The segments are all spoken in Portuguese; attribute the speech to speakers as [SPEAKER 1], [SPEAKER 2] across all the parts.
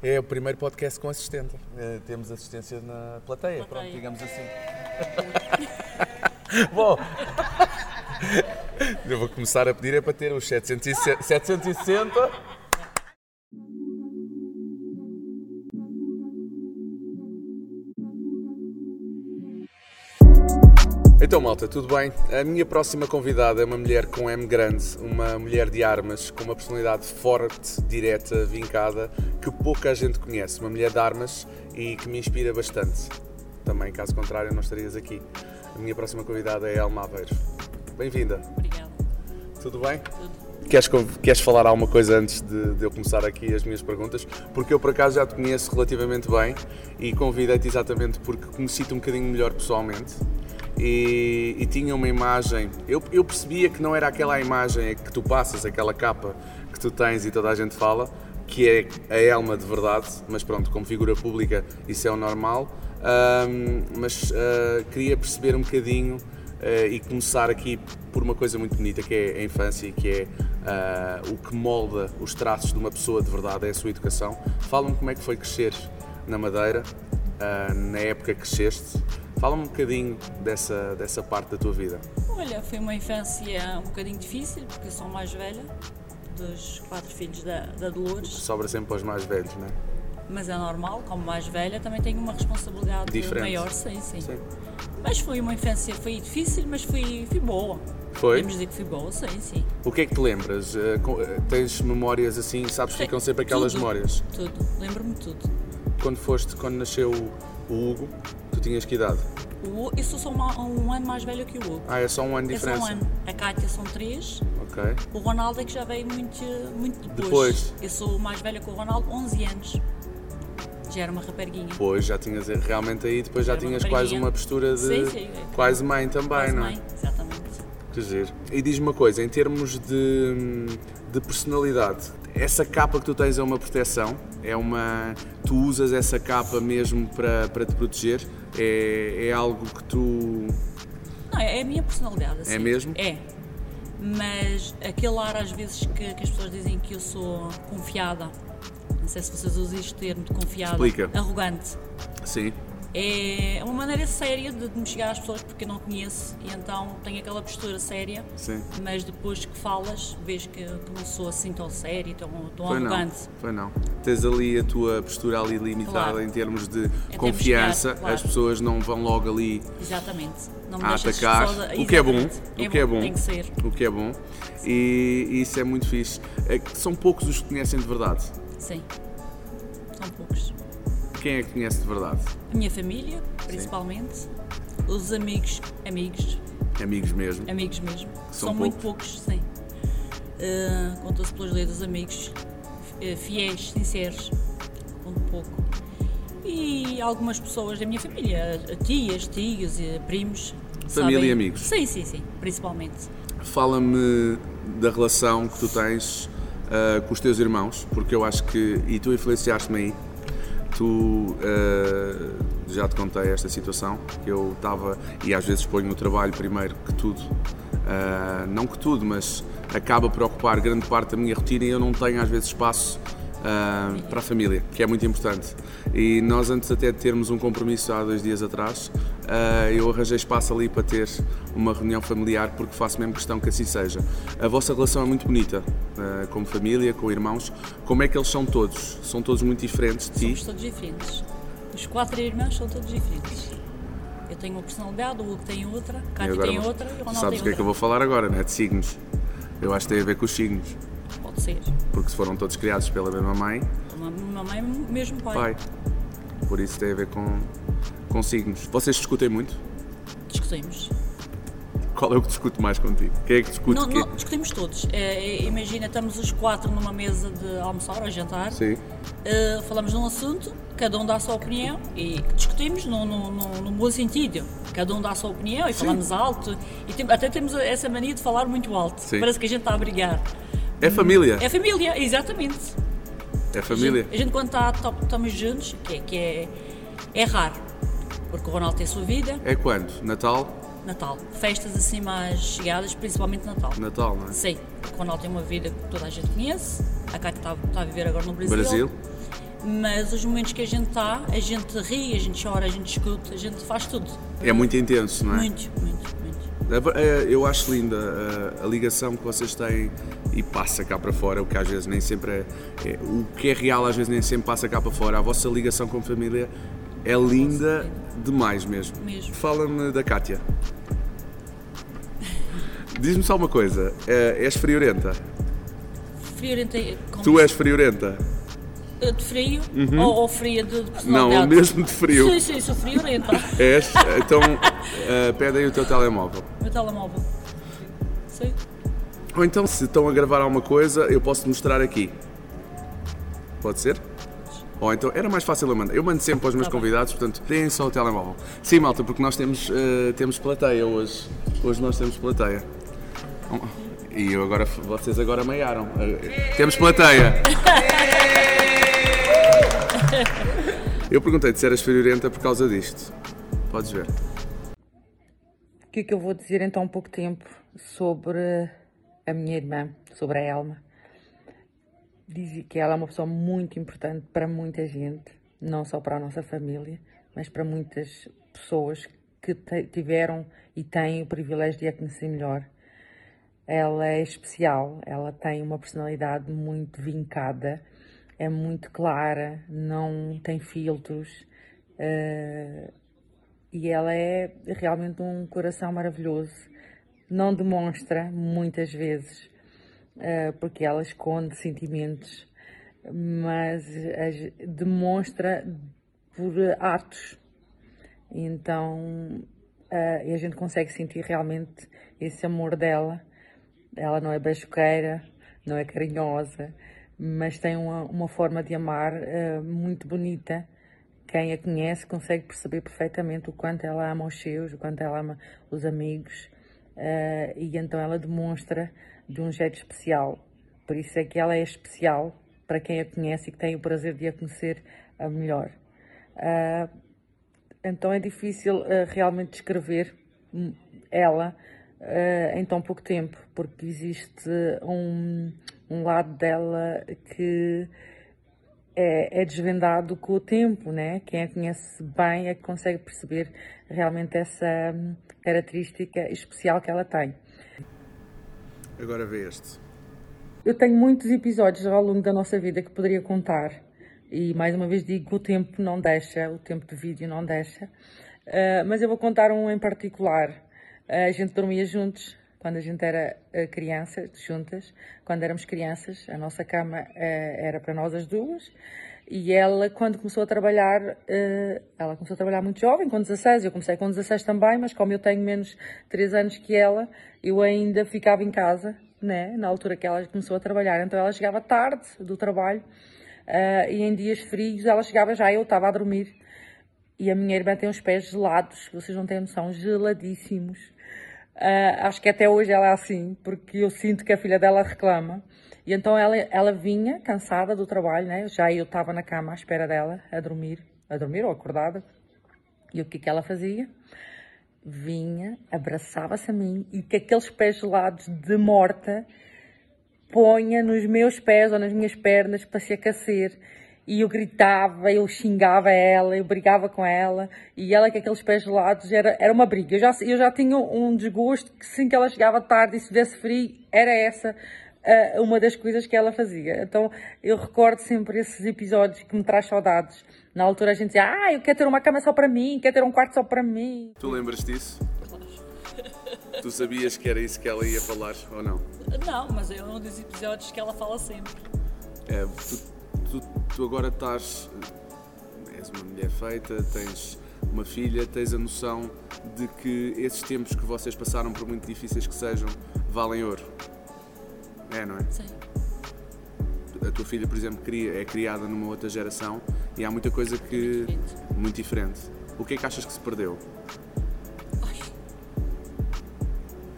[SPEAKER 1] É o primeiro podcast com assistente.
[SPEAKER 2] Eh, temos assistência na plateia, pronto, digamos assim. Bom,
[SPEAKER 1] Eu vou começar a pedir é para ter os 760.
[SPEAKER 2] 760.
[SPEAKER 1] Então, malta, tudo bem? A minha próxima convidada é uma mulher com M grande, uma mulher de armas, com uma personalidade forte, direta, vincada, que pouca gente conhece. Uma mulher de armas e que me inspira bastante. Também, caso contrário, não estarias aqui. A minha próxima convidada é a Alma Aveiro. Bem-vinda.
[SPEAKER 3] Obrigada.
[SPEAKER 1] Tudo bem? Queres, con- queres falar alguma coisa antes de, de eu começar aqui as minhas perguntas? Porque eu, por acaso, já te conheço relativamente bem e convidei-te exatamente porque conheci-te um bocadinho melhor pessoalmente e, e tinha uma imagem. Eu, eu percebia que não era aquela imagem que tu passas, aquela capa que tu tens e toda a gente fala, que é a Elma de verdade, mas pronto, como figura pública isso é o normal. Ahm, mas ah, queria perceber um bocadinho eh, e começar aqui por uma coisa muito bonita que é a infância e que é ah, o que molda os traços de uma pessoa de verdade, é a sua educação. Fala-me como é que foi crescer na Madeira, ah, na época que cresceste. Fala-me um bocadinho dessa, dessa parte da tua vida.
[SPEAKER 3] Olha, foi uma infância um bocadinho difícil, porque eu sou mais velha dos quatro filhos da, da Dolores,
[SPEAKER 1] Sobra sempre aos mais velhos, não é?
[SPEAKER 3] mas é normal, como mais velha também tenho uma responsabilidade
[SPEAKER 1] Diferente.
[SPEAKER 3] maior, sim, sim. Mas foi uma infância, foi difícil, mas foi, foi boa.
[SPEAKER 1] Foi?
[SPEAKER 3] Podemos dizer que foi boa, sim, sim.
[SPEAKER 1] O que é que te lembras? Ah, co- ah, tens memórias assim, sabes, que ficam sempre aquelas
[SPEAKER 3] Tudo,
[SPEAKER 1] memórias.
[SPEAKER 3] Tudo, lembro-me de tudo.
[SPEAKER 1] Quando foste, quando nasceu o Hugo, tu tinhas que idade?
[SPEAKER 3] O, eu sou só uma- um ano mais velha que o Hugo.
[SPEAKER 1] Ah, é só um ano de
[SPEAKER 3] é só um
[SPEAKER 1] diferença.
[SPEAKER 3] ano. A Cátia são três,
[SPEAKER 1] Ok.
[SPEAKER 3] o Ronaldo é que já veio muito, muito depois.
[SPEAKER 1] Depois.
[SPEAKER 3] Eu sou mais velha que o Ronaldo, 11 anos. Já era uma raparguinha.
[SPEAKER 1] Pois, já tinhas eh, realmente aí, depois já
[SPEAKER 3] Era uma
[SPEAKER 1] tinhas quase
[SPEAKER 3] rapariga.
[SPEAKER 1] uma postura de
[SPEAKER 3] Sim, sim.
[SPEAKER 1] quase mãe também,
[SPEAKER 3] Quase
[SPEAKER 1] não é?
[SPEAKER 3] mãe, Exatamente.
[SPEAKER 1] Que giro. E diz-me uma coisa, em termos de, de personalidade, essa capa que tu tens é uma proteção? É uma. Tu usas essa capa mesmo para, para te proteger? É, é algo que tu.
[SPEAKER 3] Não, é a minha personalidade. assim.
[SPEAKER 1] mesmo?
[SPEAKER 3] É. Mas aquele ar às vezes que, que as pessoas dizem que eu sou confiada. Não sei se vocês usam este termo de confiada.
[SPEAKER 1] Explica.
[SPEAKER 3] Arrogante.
[SPEAKER 1] Sim.
[SPEAKER 3] É uma maneira séria de, de me chegar às pessoas porque eu não conheço e então tenho aquela postura séria.
[SPEAKER 1] Sim.
[SPEAKER 3] Mas depois que falas, vês que, que não sou assim tão séria, e tão, tão
[SPEAKER 1] Foi não.
[SPEAKER 3] arrogante.
[SPEAKER 1] Foi não. Tens ali a tua postura ali limitada
[SPEAKER 3] Claro.
[SPEAKER 1] em termos de
[SPEAKER 3] de
[SPEAKER 1] confiança,
[SPEAKER 3] buscar, claro.
[SPEAKER 1] as pessoas não vão logo ali
[SPEAKER 3] Exatamente. Não me
[SPEAKER 1] a
[SPEAKER 3] deixas
[SPEAKER 1] atacar,
[SPEAKER 3] só da-
[SPEAKER 1] o que é bom,
[SPEAKER 3] Exatamente.
[SPEAKER 1] o que é bom,
[SPEAKER 3] Tem que ser.
[SPEAKER 1] o que é bom, e, e isso é muito fixe. É que são poucos os que conhecem de verdade.
[SPEAKER 3] Sim. São poucos.
[SPEAKER 1] Quem é que conhece de verdade?
[SPEAKER 3] A minha família, principalmente. Os amigos, amigos,
[SPEAKER 1] Amigos mesmo.
[SPEAKER 3] amigos mesmo.
[SPEAKER 1] São
[SPEAKER 3] muito poucos, sim. Uh, Contou-se pelos dedos amigos eh, fiéis, sinceros, conto pouco. E algumas pessoas da minha família, tias, tios, eh, primos.
[SPEAKER 1] Família
[SPEAKER 3] sabem-
[SPEAKER 1] e amigos.
[SPEAKER 3] Sim, sim, sim, principalmente.
[SPEAKER 1] Fala-me da relação que tu tens ah, com os teus irmãos, porque eu acho que. E tu influenciaste-me aí. Tu. ah, já te contei esta situação, que eu estava. E às vezes ponho o trabalho primeiro que tudo. Ah, não que tudo, mas acaba por ocupar grande parte da minha rotina e eu não tenho às vezes espaço. ah, para a família, que é muito importante. E nós, antes até de termos um compromisso há dois dias atrás, ah, eu arranjei espaço ali para ter uma reunião familiar porque faço mesmo questão que assim seja. A vossa relação é muito bonita, ah, como família, com irmãos. Como é que eles são todos? São todos muito diferentes de
[SPEAKER 3] Somos
[SPEAKER 1] ti?
[SPEAKER 3] todos diferentes. Os quatro irmãos são todos diferentes. Eu tenho uma personalidade, o Hugo tem outra, a
[SPEAKER 1] E
[SPEAKER 3] Cátia
[SPEAKER 1] agora
[SPEAKER 3] tem
[SPEAKER 1] vou-
[SPEAKER 3] outra e o Ronaldo
[SPEAKER 1] sabes o
[SPEAKER 3] tem
[SPEAKER 1] que é que eu
[SPEAKER 3] outra.
[SPEAKER 1] vou falar agora, não é? De signos. Eu acho que tem a ver com os signos,
[SPEAKER 3] Pode ser.
[SPEAKER 1] porque se foram todos criados pela mesma mãe,
[SPEAKER 3] Uma, uma mãe, mesmo pai.
[SPEAKER 1] pai. Por isso tem a ver com, com signos. Vocês discutem muito?
[SPEAKER 3] Discutimos.
[SPEAKER 1] Qual é o que discute mais contigo? Quem é que discute?
[SPEAKER 3] Não,
[SPEAKER 1] quê?
[SPEAKER 3] não, discutimos todos. Eh, imagina, estamos os quatro numa mesa de almoçar ou jantar,
[SPEAKER 1] Sim.
[SPEAKER 3] eh, falamos de um assunto, cada um dá a sua opinião e discutimos num no, no, no bom sentido. Cada um dá a sua opinião e falamos alto. E tem- até temos essa mania de falar muito alto.
[SPEAKER 1] Sim.
[SPEAKER 3] Parece que a gente está a brigar.
[SPEAKER 1] É família.
[SPEAKER 3] É família, exatamente.
[SPEAKER 1] É família.
[SPEAKER 3] A gente, a gente quando tá- tá- estamos juntos, que, é- que é, é raro, porque o Ronaldo tem a sua vida,
[SPEAKER 1] É quando? Natal?
[SPEAKER 3] Natal. Festas assim mais chegadas, principalmente Natal.
[SPEAKER 1] Natal, não é?
[SPEAKER 3] tá, Sei, o Ronaldo tem uma vida que toda a gente conhece. A Cátia está a viver agora no Brasil.
[SPEAKER 1] Brasil?
[SPEAKER 3] Mas os momentos que a gente está, a gente ri, a gente chora, a gente escuta, a gente faz tudo.
[SPEAKER 1] É muito intenso, não é?
[SPEAKER 3] Muito, muito, muito.
[SPEAKER 1] É, Eu acho linda eh, a, a ligação que vocês têm e passa cá para fora, o que às vezes nem sempre é, é- O que é real às vezes nem sempre passa cá para fora. A vossa ligação com a família é linda demais mesmo.
[SPEAKER 3] Mesmo.
[SPEAKER 1] Fala-me da Kátia. Diz-me só uma coisa: é, és friorenta?
[SPEAKER 3] Friorenta, como
[SPEAKER 1] Tu és friorenta?
[SPEAKER 3] eh, De frio ou, ou fria de, de
[SPEAKER 1] Não,
[SPEAKER 3] personalidade?
[SPEAKER 1] ou mesmo de frio.
[SPEAKER 3] Sim, sim, sou friorenta.
[SPEAKER 1] És? Então eh, pede aí o teu telemóvel.
[SPEAKER 3] Meu telemóvel. Sim.
[SPEAKER 1] Ou então, se estão a gravar alguma coisa, eu posso te mostrar aqui. Pode ser? Ou então, era mais fácil eu mandar. Eu mando sempre aos meus convidados, portanto, deem só o telemóvel. Sim, malta, porque nós temos, eh, temos plateia hoje. Hoje nós temos plateia. Oh, E eu agora, vocês agora meiaram. Eh, Temos plateia. Eu perguntei se eras friorenta por causa disto. Podes ver.
[SPEAKER 4] O que é que eu vou dizer em tão pouco tempo sobre a minha irmã, sobre a Elma? Dizem que ela é uma pessoa muito importante para muita gente, não só para a nossa família, mas para muitas pessoas que te- tiveram e têm o privilégio de a conhecer melhor. Ela é especial, ela tem uma personalidade muito vincada, é muito clara, não tem filtros. eh, e ela é realmente um coração maravilhoso. Não demonstra muitas vezes, eh, porque ela esconde sentimentos, mas as- demonstra por atos. Então, eh, e a gente consegue sentir realmente esse amor dela. Ela não é beijoqueira, não é carinhosa, mas tem uma, uma forma de amar eh, muito bonita. Quem a conhece consegue perceber perfeitamente o quanto ela ama os seus, o quanto ela ama os amigos, eh, e então ela demonstra de um jeito especial. Por isso é que ela é especial para quem a conhece e que tem o prazer de a conhecer a melhor. Ah, então é difícil eh, realmente descrever hum, ela eh, em tão pouco tempo, porque existe um, um lado dela que é, é desvendado com o tempo, né? Quem a conhece bem é que consegue perceber realmente essa hum, característica especial que ela tem.
[SPEAKER 1] Agora vê este.
[SPEAKER 4] Eu tenho muitos episódios ao longo da nossa vida que poderia contar. E mais uma vez digo que o tempo não deixa, o tempo de vídeo não deixa. Ah, mas eu vou contar um em particular. Ah, a gente dormia juntos quando a gente era ah, criança, juntas. Quando éramos crianças, a nossa cama ah, era para nós as duas. E ela, quando começou a trabalhar, eh, ela começou a trabalhar muito jovem, com 16. Eu comecei com 16 também, mas como eu tenho menos 3 anos que ela, eu ainda ficava em casa, né? Na altura que ela começou a trabalhar. Então ela chegava tarde do trabalho eh, e em dias frios ela chegava já, eu estava a dormir. E a minha irmã tem os pés gelados, vocês não têm noção, geladíssimos. Ah, acho que até hoje ela é assim, porque eu sinto que a filha dela reclama. E então ela, ela vinha cansada do trabalho, né? Já eu estava na cama à espera dela, a dormir, a dormir ou acordada. E o que que ela fazia? Vinha, abraçava-se a mim e com aqueles pés gelados de morta, ponha nos meus pés ou nas minhas pernas para se aquecer. E eu gritava, eu xingava ela, eu brigava com ela, e ela com aqueles pés gelados era, era uma briga. Eu já, eu já tinha um desgosto que assim que ela chegava tarde e se desse frio, era essa ah, uma das coisas que ela fazia. Então eu recordo sempre esses episódios que me traz saudades. Na altura a gente dizia, ah, eu quero ter uma cama só para mim, quero ter um quarto só para mim.
[SPEAKER 1] Tu lembras disso? Tu sabias que era isso que ela ia falar ou não?
[SPEAKER 3] Não, mas é um dos episódios que ela fala sempre.
[SPEAKER 1] É, tu, tu- tu agora estás. És uma mulher feita, tens uma filha, tens a noção de que esses tempos que vocês passaram, por muito difíceis que sejam, valem ouro. É, não é?
[SPEAKER 3] Sim.
[SPEAKER 1] A tua filha, por exemplo, cria- é criada numa outra geração e há muita coisa que. muito
[SPEAKER 3] Muito diferente.
[SPEAKER 1] diferente. O que é que achas que se perdeu?
[SPEAKER 3] Ai.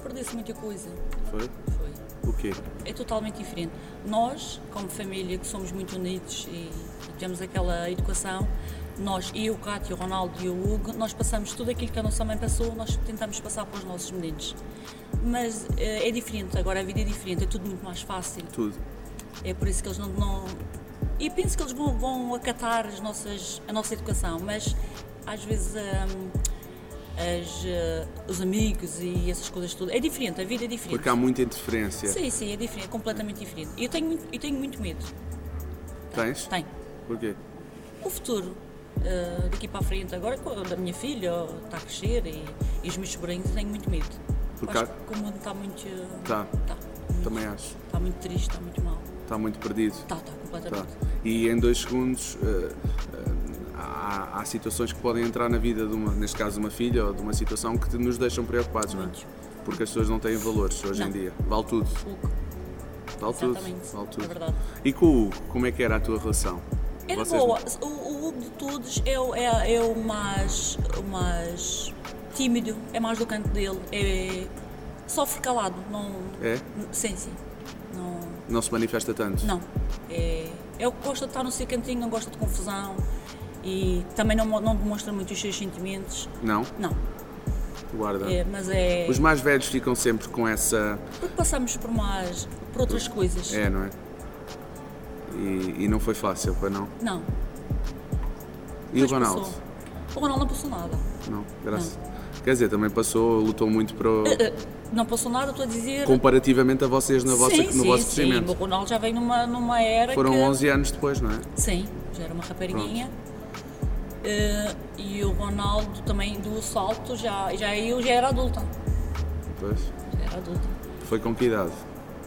[SPEAKER 3] Perdeu-se muita coisa.
[SPEAKER 1] Foi?
[SPEAKER 3] Foi.
[SPEAKER 1] O quê?
[SPEAKER 3] É totalmente diferente. Nós, como família, que somos muito unidos e temos aquela educação, nós, eu, Cátia, o Ronaldo e o Hugo, nós passamos tudo aquilo que a nossa mãe passou, nós tentamos passar para os nossos meninos. Mas eh, é diferente, agora a vida é diferente, é tudo muito mais fácil.
[SPEAKER 1] Tudo.
[SPEAKER 3] É por isso que eles não, não, E penso que eles vão, vão acatar as nossas, a nossa educação, mas às vezes hum, as, eh, os amigos e essas coisas tudo. É diferente, a vida é diferente.
[SPEAKER 1] Porque há muita interferência.
[SPEAKER 3] Sim, sim, é diferente, completamente diferente. E eu tenho, muito- eu tenho muito medo.
[SPEAKER 1] Tens?
[SPEAKER 3] Tenho.
[SPEAKER 1] Porquê?
[SPEAKER 3] O futuro, eh, daqui para a frente, agora com a da minha filha, oh, está a crescer e, e os meus sobrinhos, tenho muito medo.
[SPEAKER 1] Porque
[SPEAKER 3] Acho
[SPEAKER 1] há-
[SPEAKER 3] que o mundo está muito. eh,
[SPEAKER 1] Tá.
[SPEAKER 3] Está.
[SPEAKER 1] Também é. acho.
[SPEAKER 3] Está muito triste, está muito mal.
[SPEAKER 1] Está muito perdido.
[SPEAKER 3] Está, está,
[SPEAKER 1] Tá.
[SPEAKER 3] completamente.
[SPEAKER 1] E em dois segundos eh, eh, há, há situações que podem entrar na vida, de uma, neste caso de uma filha ou de uma situação que te- nos deixam preocupados, não é?
[SPEAKER 3] Muito.
[SPEAKER 1] Porque as pessoas não têm valores hoje em
[SPEAKER 3] Não.
[SPEAKER 1] dia. Vale tudo.
[SPEAKER 3] Pouco.
[SPEAKER 1] Vale tudo.
[SPEAKER 3] Exatamente.
[SPEAKER 1] Vale tudo.
[SPEAKER 3] É verdade.
[SPEAKER 1] E com o Hugo, como é que era a tua relação?
[SPEAKER 3] Era
[SPEAKER 1] Vocês-
[SPEAKER 3] é boa. O, o Hugo de todos é, o- é, é o, mais, o mais tímido, é mais do canto dele, é, sofre calado. Não,
[SPEAKER 1] É?
[SPEAKER 3] Sim, sim. Não,
[SPEAKER 1] Não se manifesta tanto?
[SPEAKER 3] não. É, é o que gosta de estar no seu cantinho, não gosta de confusão e também não, mo- não demonstra muito os seus sentimentos.
[SPEAKER 1] Não?
[SPEAKER 3] Não,
[SPEAKER 1] Guarda.
[SPEAKER 3] é, mas é.
[SPEAKER 1] Os mais velhos ficam sempre com essa.
[SPEAKER 3] Porque passamos por mais. por outras coisas.
[SPEAKER 1] É, não é? E, e não foi fácil, para não?
[SPEAKER 3] Não.
[SPEAKER 1] E o
[SPEAKER 3] depois
[SPEAKER 1] Ronaldo?
[SPEAKER 3] passou. O Ronaldo não passou nada.
[SPEAKER 1] Não, graças. Quer dizer, também passou, lutou muito para. o-
[SPEAKER 3] Eh, Não passou nada, estou a dizer.
[SPEAKER 1] comparativamente a vocês na vossa,
[SPEAKER 3] sim,
[SPEAKER 1] no
[SPEAKER 3] sim,
[SPEAKER 1] vosso
[SPEAKER 3] sim. O
[SPEAKER 1] crescimento.
[SPEAKER 3] Ronaldo já veio numa, numa era.
[SPEAKER 1] Foram
[SPEAKER 3] que...
[SPEAKER 1] 11 anos depois, não é?
[SPEAKER 3] Sim, já era uma raparininha. Eh, e o Ronaldo também do salto já, já eu já era adulta.
[SPEAKER 1] Pois.
[SPEAKER 3] Já era adulta.
[SPEAKER 1] Foi com que idade?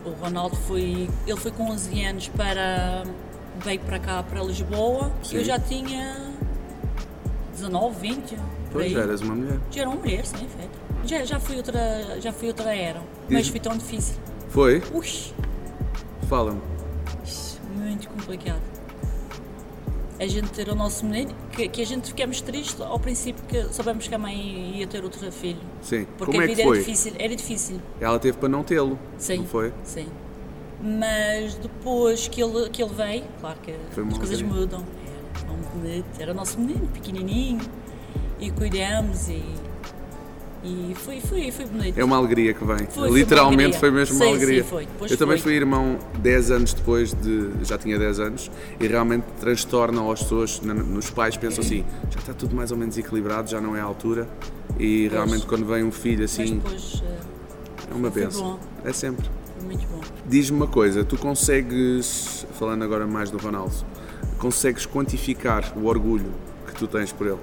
[SPEAKER 3] O Ronaldo foi. Ele foi com 11 anos para. veio para cá, para Lisboa.
[SPEAKER 1] Sim.
[SPEAKER 3] Eu já tinha 19, 20. por
[SPEAKER 1] Pois,
[SPEAKER 3] aí.
[SPEAKER 1] já eras uma mulher.
[SPEAKER 3] Já era uma mulher, sim, feito. Já, já fui outra. Já fui outra era.
[SPEAKER 1] E-
[SPEAKER 3] Mas foi tão difícil.
[SPEAKER 1] Foi?
[SPEAKER 3] Ui!
[SPEAKER 1] Fala-me.
[SPEAKER 3] Muito complicado. A gente ter o nosso menino, que, que a gente ficamos tristes ao princípio que soubemos que a mãe ia ter outro filho.
[SPEAKER 1] Sim.
[SPEAKER 3] Porque
[SPEAKER 1] Como
[SPEAKER 3] a
[SPEAKER 1] é
[SPEAKER 3] vida
[SPEAKER 1] que foi?
[SPEAKER 3] era difícil, era difícil.
[SPEAKER 1] Ela teve para não tê-lo.
[SPEAKER 3] Sim.
[SPEAKER 1] Não foi?
[SPEAKER 3] Sim. Mas depois que ele, que ele veio, claro que
[SPEAKER 1] Foi
[SPEAKER 3] as
[SPEAKER 1] uma
[SPEAKER 3] coisas
[SPEAKER 1] alegria.
[SPEAKER 3] mudam. Era, um menino, era o nosso menino, pequenininho, e cuidamos e, e foi, foi, foi bonito.
[SPEAKER 1] É uma alegria que vem.
[SPEAKER 3] Foi, foi
[SPEAKER 1] Literalmente
[SPEAKER 3] uma alegria.
[SPEAKER 1] foi mesmo uma
[SPEAKER 3] Sim,
[SPEAKER 1] alegria.
[SPEAKER 3] sim, foi. Depois
[SPEAKER 1] Eu também
[SPEAKER 3] foi.
[SPEAKER 1] fui irmão 10 anos depois de. Já tinha 10 anos e realmente transtornam as pessoas, na- nos pais pensam
[SPEAKER 3] Uhum.
[SPEAKER 1] assim, já está tudo mais ou menos equilibrado, já não é a altura. E realmente quando vem um filho
[SPEAKER 3] Mas
[SPEAKER 1] assim,
[SPEAKER 3] depois eh,
[SPEAKER 1] é uma
[SPEAKER 3] foi
[SPEAKER 1] benção.
[SPEAKER 3] bom.
[SPEAKER 1] É sempre.
[SPEAKER 3] foi muito bom.
[SPEAKER 1] Diz-me uma coisa, tu consegues, falando agora mais do Ronaldo, consegues quantificar o orgulho que tu tens por ele?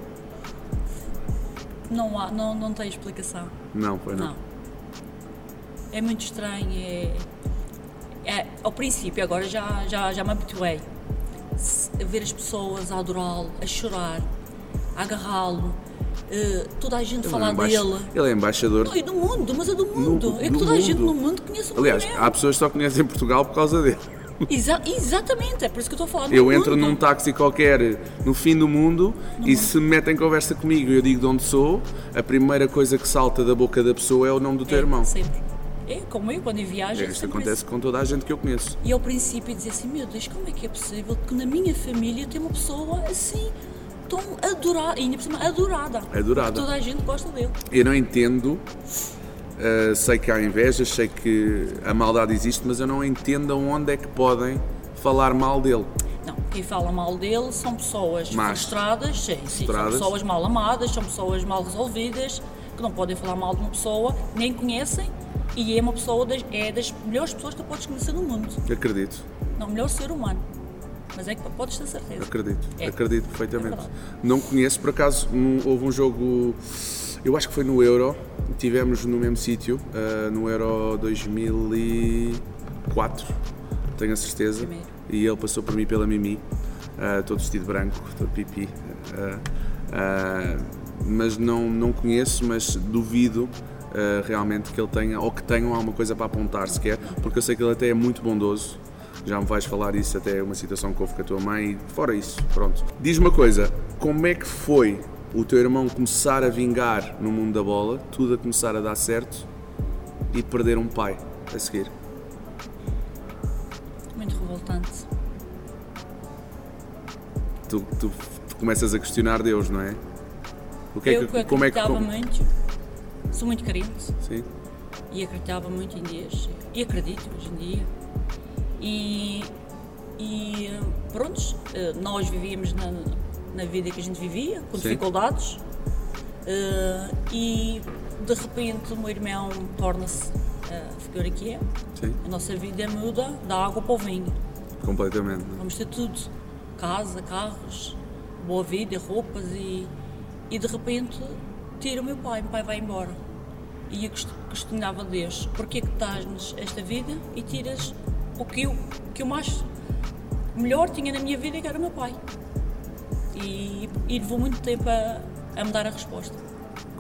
[SPEAKER 3] Não, há, não, não tem explicação.
[SPEAKER 1] Não, pois não.
[SPEAKER 3] Não. É muito estranho. É, é, ao princípio, agora já, já, já me habituei. Se- a ver as pessoas a adorá-lo, a chorar, a agarrá-lo, eh, toda a gente falar
[SPEAKER 1] é embaixa-
[SPEAKER 3] dele.
[SPEAKER 1] ele é embaixador.
[SPEAKER 3] Não, e do mundo, mas é do mundo. é que
[SPEAKER 1] do
[SPEAKER 3] toda a gente
[SPEAKER 1] mundo.
[SPEAKER 3] no mundo conhece o
[SPEAKER 1] Aliás,
[SPEAKER 3] Lionel.
[SPEAKER 1] há pessoas que só conhecem Portugal por causa dele.
[SPEAKER 3] Exa- exatamente, é por isso que eu estou a falar. do
[SPEAKER 1] Eu entro
[SPEAKER 3] mundo.
[SPEAKER 1] num táxi qualquer no fim do mundo
[SPEAKER 3] é?
[SPEAKER 1] e se me metem em conversa comigo e eu digo de onde sou, a primeira coisa que salta da boca da pessoa é o nome do teu
[SPEAKER 3] é,
[SPEAKER 1] irmão.
[SPEAKER 3] Sempre. É como eu, quando eu
[SPEAKER 1] É,
[SPEAKER 3] viajo. é
[SPEAKER 1] Isto
[SPEAKER 3] sempre
[SPEAKER 1] acontece com toda a gente que eu conheço.
[SPEAKER 3] E ao princípio dizia assim, meu Deus, como é que é possível que na minha família tem uma pessoa assim tão adorada, e ainda por cima adorada.
[SPEAKER 1] Adorada.
[SPEAKER 3] Porque Toda a gente gosta dele.
[SPEAKER 1] Eu não entendo. uh, sei que há invejas, sei que a maldade existe, mas eu não entendo onde é que podem falar mal dele.
[SPEAKER 3] Não, quem fala mal dele são pessoas
[SPEAKER 1] Más.
[SPEAKER 3] frustradas, sim, sim, são
[SPEAKER 1] Frustradas.
[SPEAKER 3] pessoas mal amadas, são pessoas mal resolvidas, que não podem falar mal de uma pessoa, nem conhecem, e é uma pessoa das, é das melhores pessoas que tu podes conhecer no mundo.
[SPEAKER 1] Acredito,
[SPEAKER 3] Não, o melhor ser humano. Mas é que podes ter certeza.
[SPEAKER 1] acredito,
[SPEAKER 3] É.
[SPEAKER 1] acredito perfeitamente.
[SPEAKER 3] É verdade.
[SPEAKER 1] não conheço, por acaso, um- houve um jogo, eu acho que foi no Euro, tivemos no mesmo sítio, uh, no Euro 2004, tenho a certeza,
[SPEAKER 3] Primeiro.
[SPEAKER 1] e ele passou por mim pela Mimi, uh, todo vestido de branco, todo pipi. uh, uh, mas não, não conheço, mas duvido uh, realmente que ele tenha, ou que tenham alguma coisa para apontar sequer, porque eu sei que ele até é muito bondoso. Já me vais falar isso, até é uma situação que houve com a tua mãe, e fora isso, pronto. Diz-me uma coisa, como é que foi o teu irmão começar a vingar no mundo da bola, tudo a começar a dar certo e perder um pai a seguir?
[SPEAKER 3] Muito revoltante.
[SPEAKER 1] tu, tu começas a questionar Deus, não é? O que
[SPEAKER 3] eu que
[SPEAKER 1] como é que
[SPEAKER 3] acreditava
[SPEAKER 1] como-
[SPEAKER 3] muito, sou muito carente.
[SPEAKER 1] Sim.
[SPEAKER 3] e acreditava muito em Deus e acredito hoje em dia e, E prontos, eh, nós vivíamos na, na vida que a gente vivia, com
[SPEAKER 1] Sim.
[SPEAKER 3] dificuldades. eh, E de repente o meu irmão torna-se a figura que é.
[SPEAKER 1] Sim,
[SPEAKER 3] A nossa vida é muda da água para o vinho.
[SPEAKER 1] completamente. não é?
[SPEAKER 3] Vamos ter tudo: casa, carros, boa vida, roupas e, e de repente tira o meu pai. Meu pai vai embora. E eu quest- questionava Deus: porquê é que estás-nos esta vida e tiras o que eu, que eu mais melhor tinha na minha vida, que era o meu pai? E, e levou muito tempo a, a me dar a resposta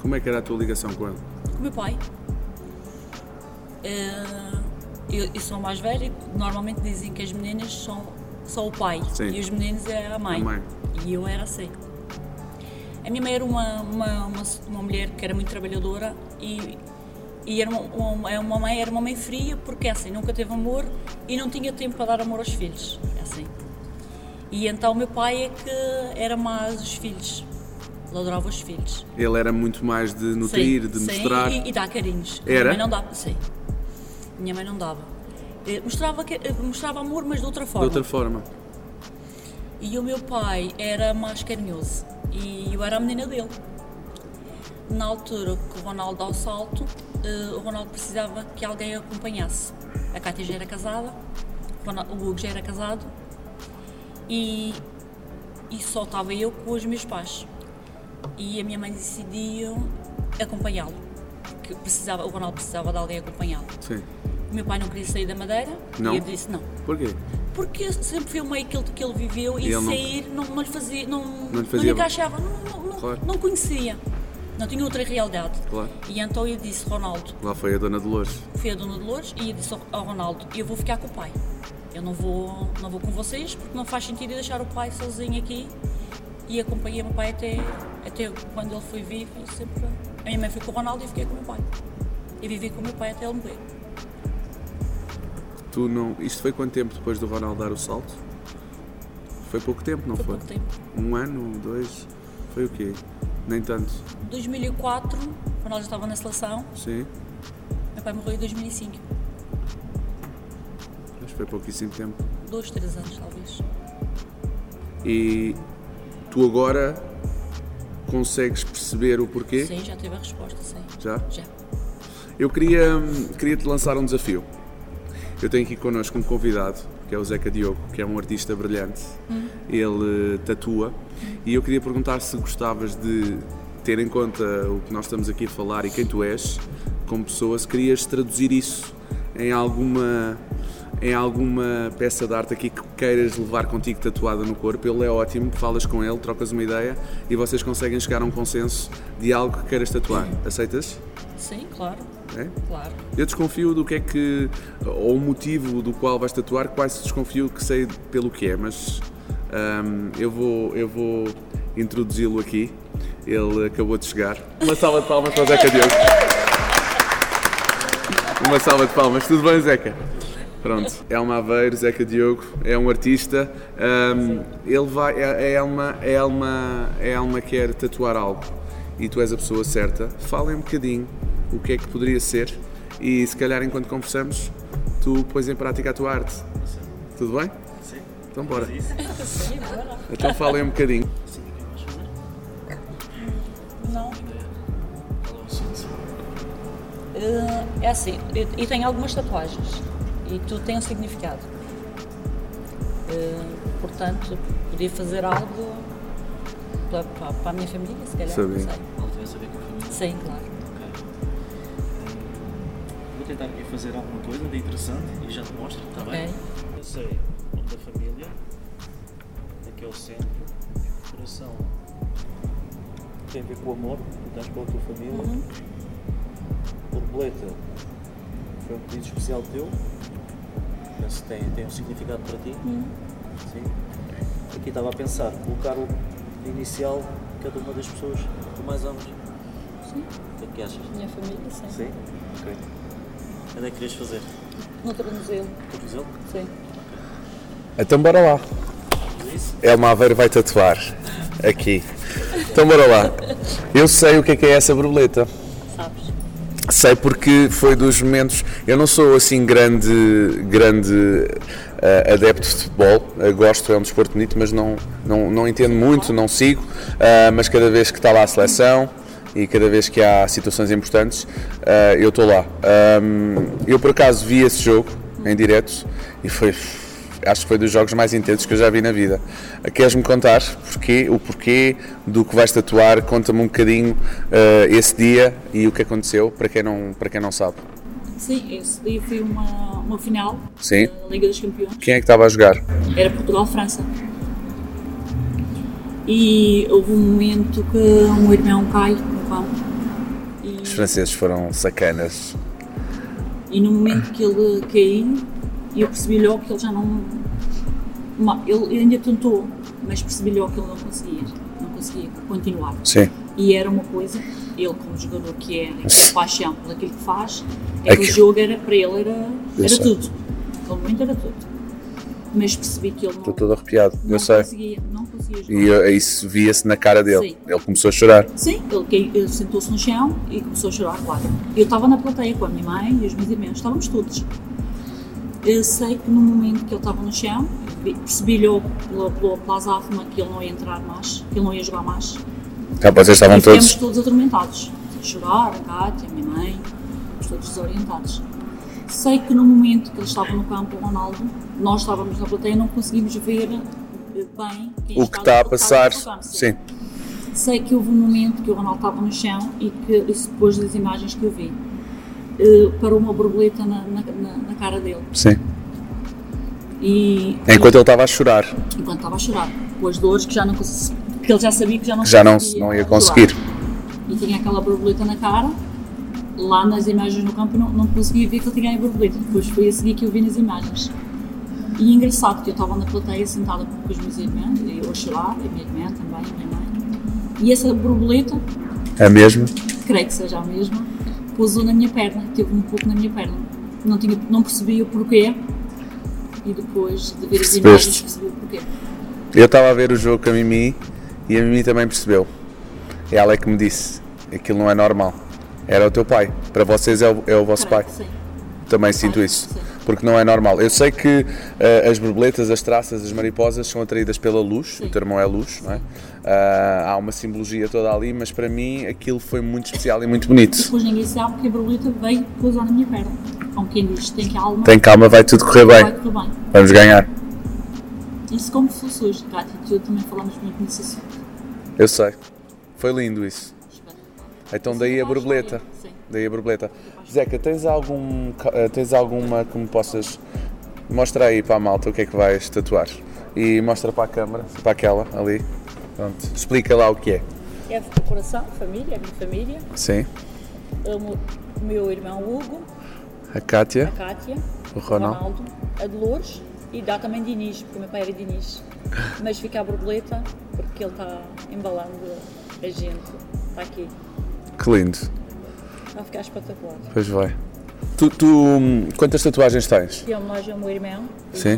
[SPEAKER 1] Como é que era a tua ligação com ele?
[SPEAKER 3] com o meu pai. Eh, eu, eu sou a mais velha, normalmente dizem que as meninas são só o pai
[SPEAKER 1] Sim.
[SPEAKER 3] e os meninos é a mãe.
[SPEAKER 1] A mãe.
[SPEAKER 3] E eu era assim. A minha mãe era uma, uma, uma, uma mulher que era muito trabalhadora e, e era uma, uma, é uma mãe, era uma mãe fria porque assim, nunca teve amor e não tinha tempo para dar amor aos filhos. é Assim. E então o meu pai é que era mais os filhos. Ele adorava os filhos.
[SPEAKER 1] Ele era muito mais de nutrir,
[SPEAKER 3] Sim,
[SPEAKER 1] de
[SPEAKER 3] sim,
[SPEAKER 1] mostrar.
[SPEAKER 3] E, e dar carinhos.
[SPEAKER 1] Era?
[SPEAKER 3] Minha mãe não dava, sim. Minha mãe não dava. Eh, Mostrava, que- eh, mostrava amor, mas de outra
[SPEAKER 1] De
[SPEAKER 3] forma.
[SPEAKER 1] outra forma.
[SPEAKER 3] E o meu pai era mais carinhoso. E eu era a menina dele. Na altura que o Ronaldo dá o salto, eh, o Ronaldo precisava que alguém o acompanhasse. A Cátia já era casada, o Ronal- o Hugo já era casado. E, e só estava eu com os meus pais. E a minha mãe decidiu acompanhá-lo. Que precisava, o Ronaldo precisava de alguém acompanhá-lo.
[SPEAKER 1] Sim.
[SPEAKER 3] O meu pai não queria sair da Madeira
[SPEAKER 1] Não?
[SPEAKER 3] e eu disse não.
[SPEAKER 1] Porquê?
[SPEAKER 3] Porque sempre foi o meio que ele, que ele viveu
[SPEAKER 1] E
[SPEAKER 3] e,
[SPEAKER 1] ele não-
[SPEAKER 3] sair não, não lhe fazia. Não,
[SPEAKER 1] lhe
[SPEAKER 3] não
[SPEAKER 1] fazia-
[SPEAKER 3] encaixava, não, não, não,
[SPEAKER 1] Claro.
[SPEAKER 3] não conhecia. Não tinha outra realidade.
[SPEAKER 1] Claro.
[SPEAKER 3] E então eu disse, Ronaldo,
[SPEAKER 1] Lá foi a Dona Dolores.
[SPEAKER 3] fui a Dona Dolores e eu disse ao- ao Ronaldo, eu vou ficar com o pai. Eu não vou, não vou com vocês porque não faz sentido eu deixar o pai sozinho aqui. E acompanhei o meu pai até, até quando ele foi vivo. eu sempre... A minha mãe foi com o Ronaldo e eu fiquei com o meu pai. E vivi com o meu pai até ele morrer.
[SPEAKER 1] Tu não. Isto foi quanto tempo depois do Ronaldo dar o salto? Foi pouco tempo, não
[SPEAKER 3] Foi
[SPEAKER 1] foi?
[SPEAKER 3] pouco tempo.
[SPEAKER 1] Um ano, dois? Foi o quê? Nem tanto.
[SPEAKER 3] 2004, o Ronaldo já estava na seleção.
[SPEAKER 1] Sim.
[SPEAKER 3] Meu pai morreu em 2005.
[SPEAKER 1] Mas foi pouquíssimo tempo.
[SPEAKER 3] Dois, três anos, talvez.
[SPEAKER 1] E tu agora consegues perceber o porquê?
[SPEAKER 3] Sim, já teve a resposta, sim.
[SPEAKER 1] Já?
[SPEAKER 3] Já.
[SPEAKER 1] Eu queria, queria te lançar um desafio. Eu tenho aqui connosco um convidado, que é o Zeca Diogo, que é um artista brilhante. Ele eh, tatua. E eu queria perguntar se gostavas de ter em conta o que nós estamos aqui a falar e quem tu és como pessoa, se querias traduzir isso em alguma em alguma peça de arte aqui que queiras levar contigo tatuada no corpo, ele é ótimo, falas com ele, trocas uma ideia e vocês conseguem chegar a um consenso de algo que queiras tatuar. Aceitas?
[SPEAKER 3] Sim, claro.
[SPEAKER 1] É?
[SPEAKER 3] Claro.
[SPEAKER 1] Eu desconfio do que é que. ou o motivo do qual vais tatuar, quase desconfio que sei pelo que é, mas. hum, eu vou, eu vou introduzi-lo aqui. Ele acabou de chegar. Uma salva de palmas para o Zeca Diogo. Uma salva de palmas. Tudo bem, Zeca? Pronto. É uma Aveiro, Zeca Diogo, é um artista. Hum, ele vai. A a Elma, a Elma, a Elma quer tatuar algo e tu és a pessoa certa. Fala um bocadinho o que é que poderia ser e se calhar enquanto conversamos tu pões em prática a tua arte. Tudo bem? Sim. Então bora. Então falem um bocadinho.
[SPEAKER 3] Não. Eh, É assim, eu- eu tenho algumas tatuagens e tudo tem um significado. Eh, portanto, podia fazer algo para, para- para a minha família, se calhar,
[SPEAKER 1] Saber.
[SPEAKER 3] não sei.
[SPEAKER 5] Ela tivesse a ver com a família.
[SPEAKER 3] Sim, claro.
[SPEAKER 5] Hum, Vou tentar aqui fazer alguma coisa de interessante e já te mostro, está
[SPEAKER 3] Ok.
[SPEAKER 5] bem? Eu sei o nome da família, aqui é o centro, coração tem a ver com o amor, tu estás com a tua família. Borboleta foi um pedido especial teu, penso que tem, tem um significado para ti. Sim. Aqui estava a pensar, colocar o inicial de cada uma das pessoas que tu mais amas. Sim. O que é que achas?
[SPEAKER 3] Minha família, sim.
[SPEAKER 5] Sim? Ok. Onde é que querias fazer?
[SPEAKER 3] No tornozelo,
[SPEAKER 5] Televisão?
[SPEAKER 3] sim.
[SPEAKER 1] Então bora lá. Elma Aveiro vai tatuar aqui. Então bora lá. Eu sei o que é que é essa borboleta.
[SPEAKER 3] Sabes?
[SPEAKER 1] Sei porque foi dos momentos. Eu não sou assim grande, grande eh, adepto de futebol. Eh, gosto, é um desporto bonito, mas não, não, não entendo muito, não sigo. Ah, mas cada vez que está lá a seleção e cada vez que há situações importantes, ah, eu estou lá. Ahm, eu por acaso vi esse jogo em direto e foi. Acho que foi dos jogos mais intensos que eu já vi na vida. Queres-me contar porquê, o porquê do que vais tatuar? Conta-me um bocadinho ah, esse dia e o que aconteceu, para quem não, para quem não sabe.
[SPEAKER 3] Sim, esse dia foi uma, uma final
[SPEAKER 1] Sim.
[SPEAKER 3] da Liga dos Campeões.
[SPEAKER 1] Quem é que estava a jogar?
[SPEAKER 3] Era Portugal-França. E houve um momento que um irmão cai no campo. E-
[SPEAKER 1] Os franceses foram sacanas.
[SPEAKER 3] E no momento que ele caiu, eu percebi logo que ele já não. Ma- Ele ele ainda tentou, mas percebi logo que ele não conseguia. Não conseguia continuar.
[SPEAKER 1] Sim.
[SPEAKER 3] E era uma coisa, ele como jogador que é aquela paixão por aquilo que faz,
[SPEAKER 1] É
[SPEAKER 3] aquele
[SPEAKER 1] que-
[SPEAKER 3] jogo era, para ele era,
[SPEAKER 1] Eu
[SPEAKER 3] era
[SPEAKER 1] sei.
[SPEAKER 3] tudo. Aquele momento era tudo. Mas percebi que ele não,
[SPEAKER 1] Estou todo arrepiado,
[SPEAKER 3] não
[SPEAKER 1] eu sei.
[SPEAKER 3] conseguia, não conseguia jogar.
[SPEAKER 1] E eu- isso via-se na cara dele.
[SPEAKER 3] Sim.
[SPEAKER 1] Ele começou a chorar.
[SPEAKER 3] Sim, ele, cai- ele sentou-se no chão e começou a chorar, claro. Eu estava na plateia com a minha mãe e os meus irmãos, estávamos todos. Eu sei que no momento que ele estava no chão, vi- percebi logo pela, pela, pelas armas que ele não ia entrar mais, que ele não ia jogar mais.
[SPEAKER 1] Tá, vocês
[SPEAKER 3] e
[SPEAKER 1] estavam todos.
[SPEAKER 3] ficamos todos atormentados. A chorar, a Cátia, a minha mãe, ficamos todos desorientados. Sei que no momento que ele estava no campo, o Ronaldo, nós estávamos na plateia e não conseguimos ver eh, bem quem
[SPEAKER 1] O que
[SPEAKER 3] estava-
[SPEAKER 1] está a
[SPEAKER 3] o
[SPEAKER 1] passar.
[SPEAKER 3] no campo,
[SPEAKER 1] Sim.
[SPEAKER 3] Sei que houve um momento que o Ronaldo estava no chão e que, depois das imagens que eu vi, eh, parou uma borboleta na, na- na- na cara dele.
[SPEAKER 1] Sim.
[SPEAKER 3] E
[SPEAKER 1] Enquanto ele estava a chorar,
[SPEAKER 3] enquanto estava a chorar, com as dores que, já não, cons- que ele já sabia que já não,
[SPEAKER 1] que já não,
[SPEAKER 3] conseguia
[SPEAKER 1] não ia
[SPEAKER 3] chorar.
[SPEAKER 1] conseguir.
[SPEAKER 3] E tinha aquela borboleta na cara. Lá nas imagens no campo eu não, não conseguia ver que ele tinha a borboleta. Depois foi a seguir que eu vi nas imagens. E engraçado que eu estava na plateia sentada com os meus irmãos, e eu a chorar, a minha irmã também, a minha mãe. E essa borboleta
[SPEAKER 1] É mesmo?
[SPEAKER 3] creio que seja a mesma, pousou na minha perna, teve um pouco na minha perna. Não, tinha, não percebia o porquê e depois de ver as
[SPEAKER 1] Percebeste.
[SPEAKER 3] imagens percebi o porquê.
[SPEAKER 1] Eu estava a ver o jogo com a Mimi e a Mimi também percebeu. E ela é que me disse: aquilo não é normal. Era o teu pai. Para vocês é o, é o vosso
[SPEAKER 3] Creio
[SPEAKER 1] pai.
[SPEAKER 3] que sim.
[SPEAKER 1] Também sinto
[SPEAKER 3] Pai,
[SPEAKER 1] isso.
[SPEAKER 3] sim.
[SPEAKER 1] Porque não é normal. Eu sei que eh, as borboletas, as traças, as mariposas são atraídas pela luz, o teu irmão é luz, não é? Ah, há uma simbologia toda ali, mas para mim aquilo foi muito especial e muito bonito.
[SPEAKER 3] Depois ninguém sabe que a borboleta veio pousar na minha perna. Como quem diz, tem calma,
[SPEAKER 1] Tem calma, vai tudo correr
[SPEAKER 3] vai
[SPEAKER 1] bem.
[SPEAKER 3] correr bem.
[SPEAKER 1] Vamos ganhar.
[SPEAKER 3] Isso como fosse hoje, Cátia, tu também falamos muito nesse assunto.
[SPEAKER 1] Eu sei. Foi lindo isso.
[SPEAKER 3] Espero.
[SPEAKER 1] Então daí a borboleta.
[SPEAKER 3] Sim.
[SPEAKER 1] Daí a borboleta. Zeca, tens, algum, ca- eh, tens alguma que me possas. Mostra aí para a malta o que é que vais tatuar. E mostra para a câmara, para aquela ali. Pronto. Explica lá o que é.
[SPEAKER 3] É do coração, família, a minha família,
[SPEAKER 1] Sim.
[SPEAKER 3] amo o meu irmão Hugo,
[SPEAKER 1] A Kátia,
[SPEAKER 3] Cátia,
[SPEAKER 1] o Ronaldo.
[SPEAKER 3] a Dolores e dá também Diniz, porque o meu pai era Diniz. Mas fica a borboleta, porque ele está embalando a gente. Está aqui.
[SPEAKER 1] Que lindo.
[SPEAKER 3] Vai ficar espetacular.
[SPEAKER 1] Pois vai. Tu, tu, hum, quantas tatuagens tens?
[SPEAKER 3] Aqui é uma homenagem ao meu irmão.
[SPEAKER 1] Sim.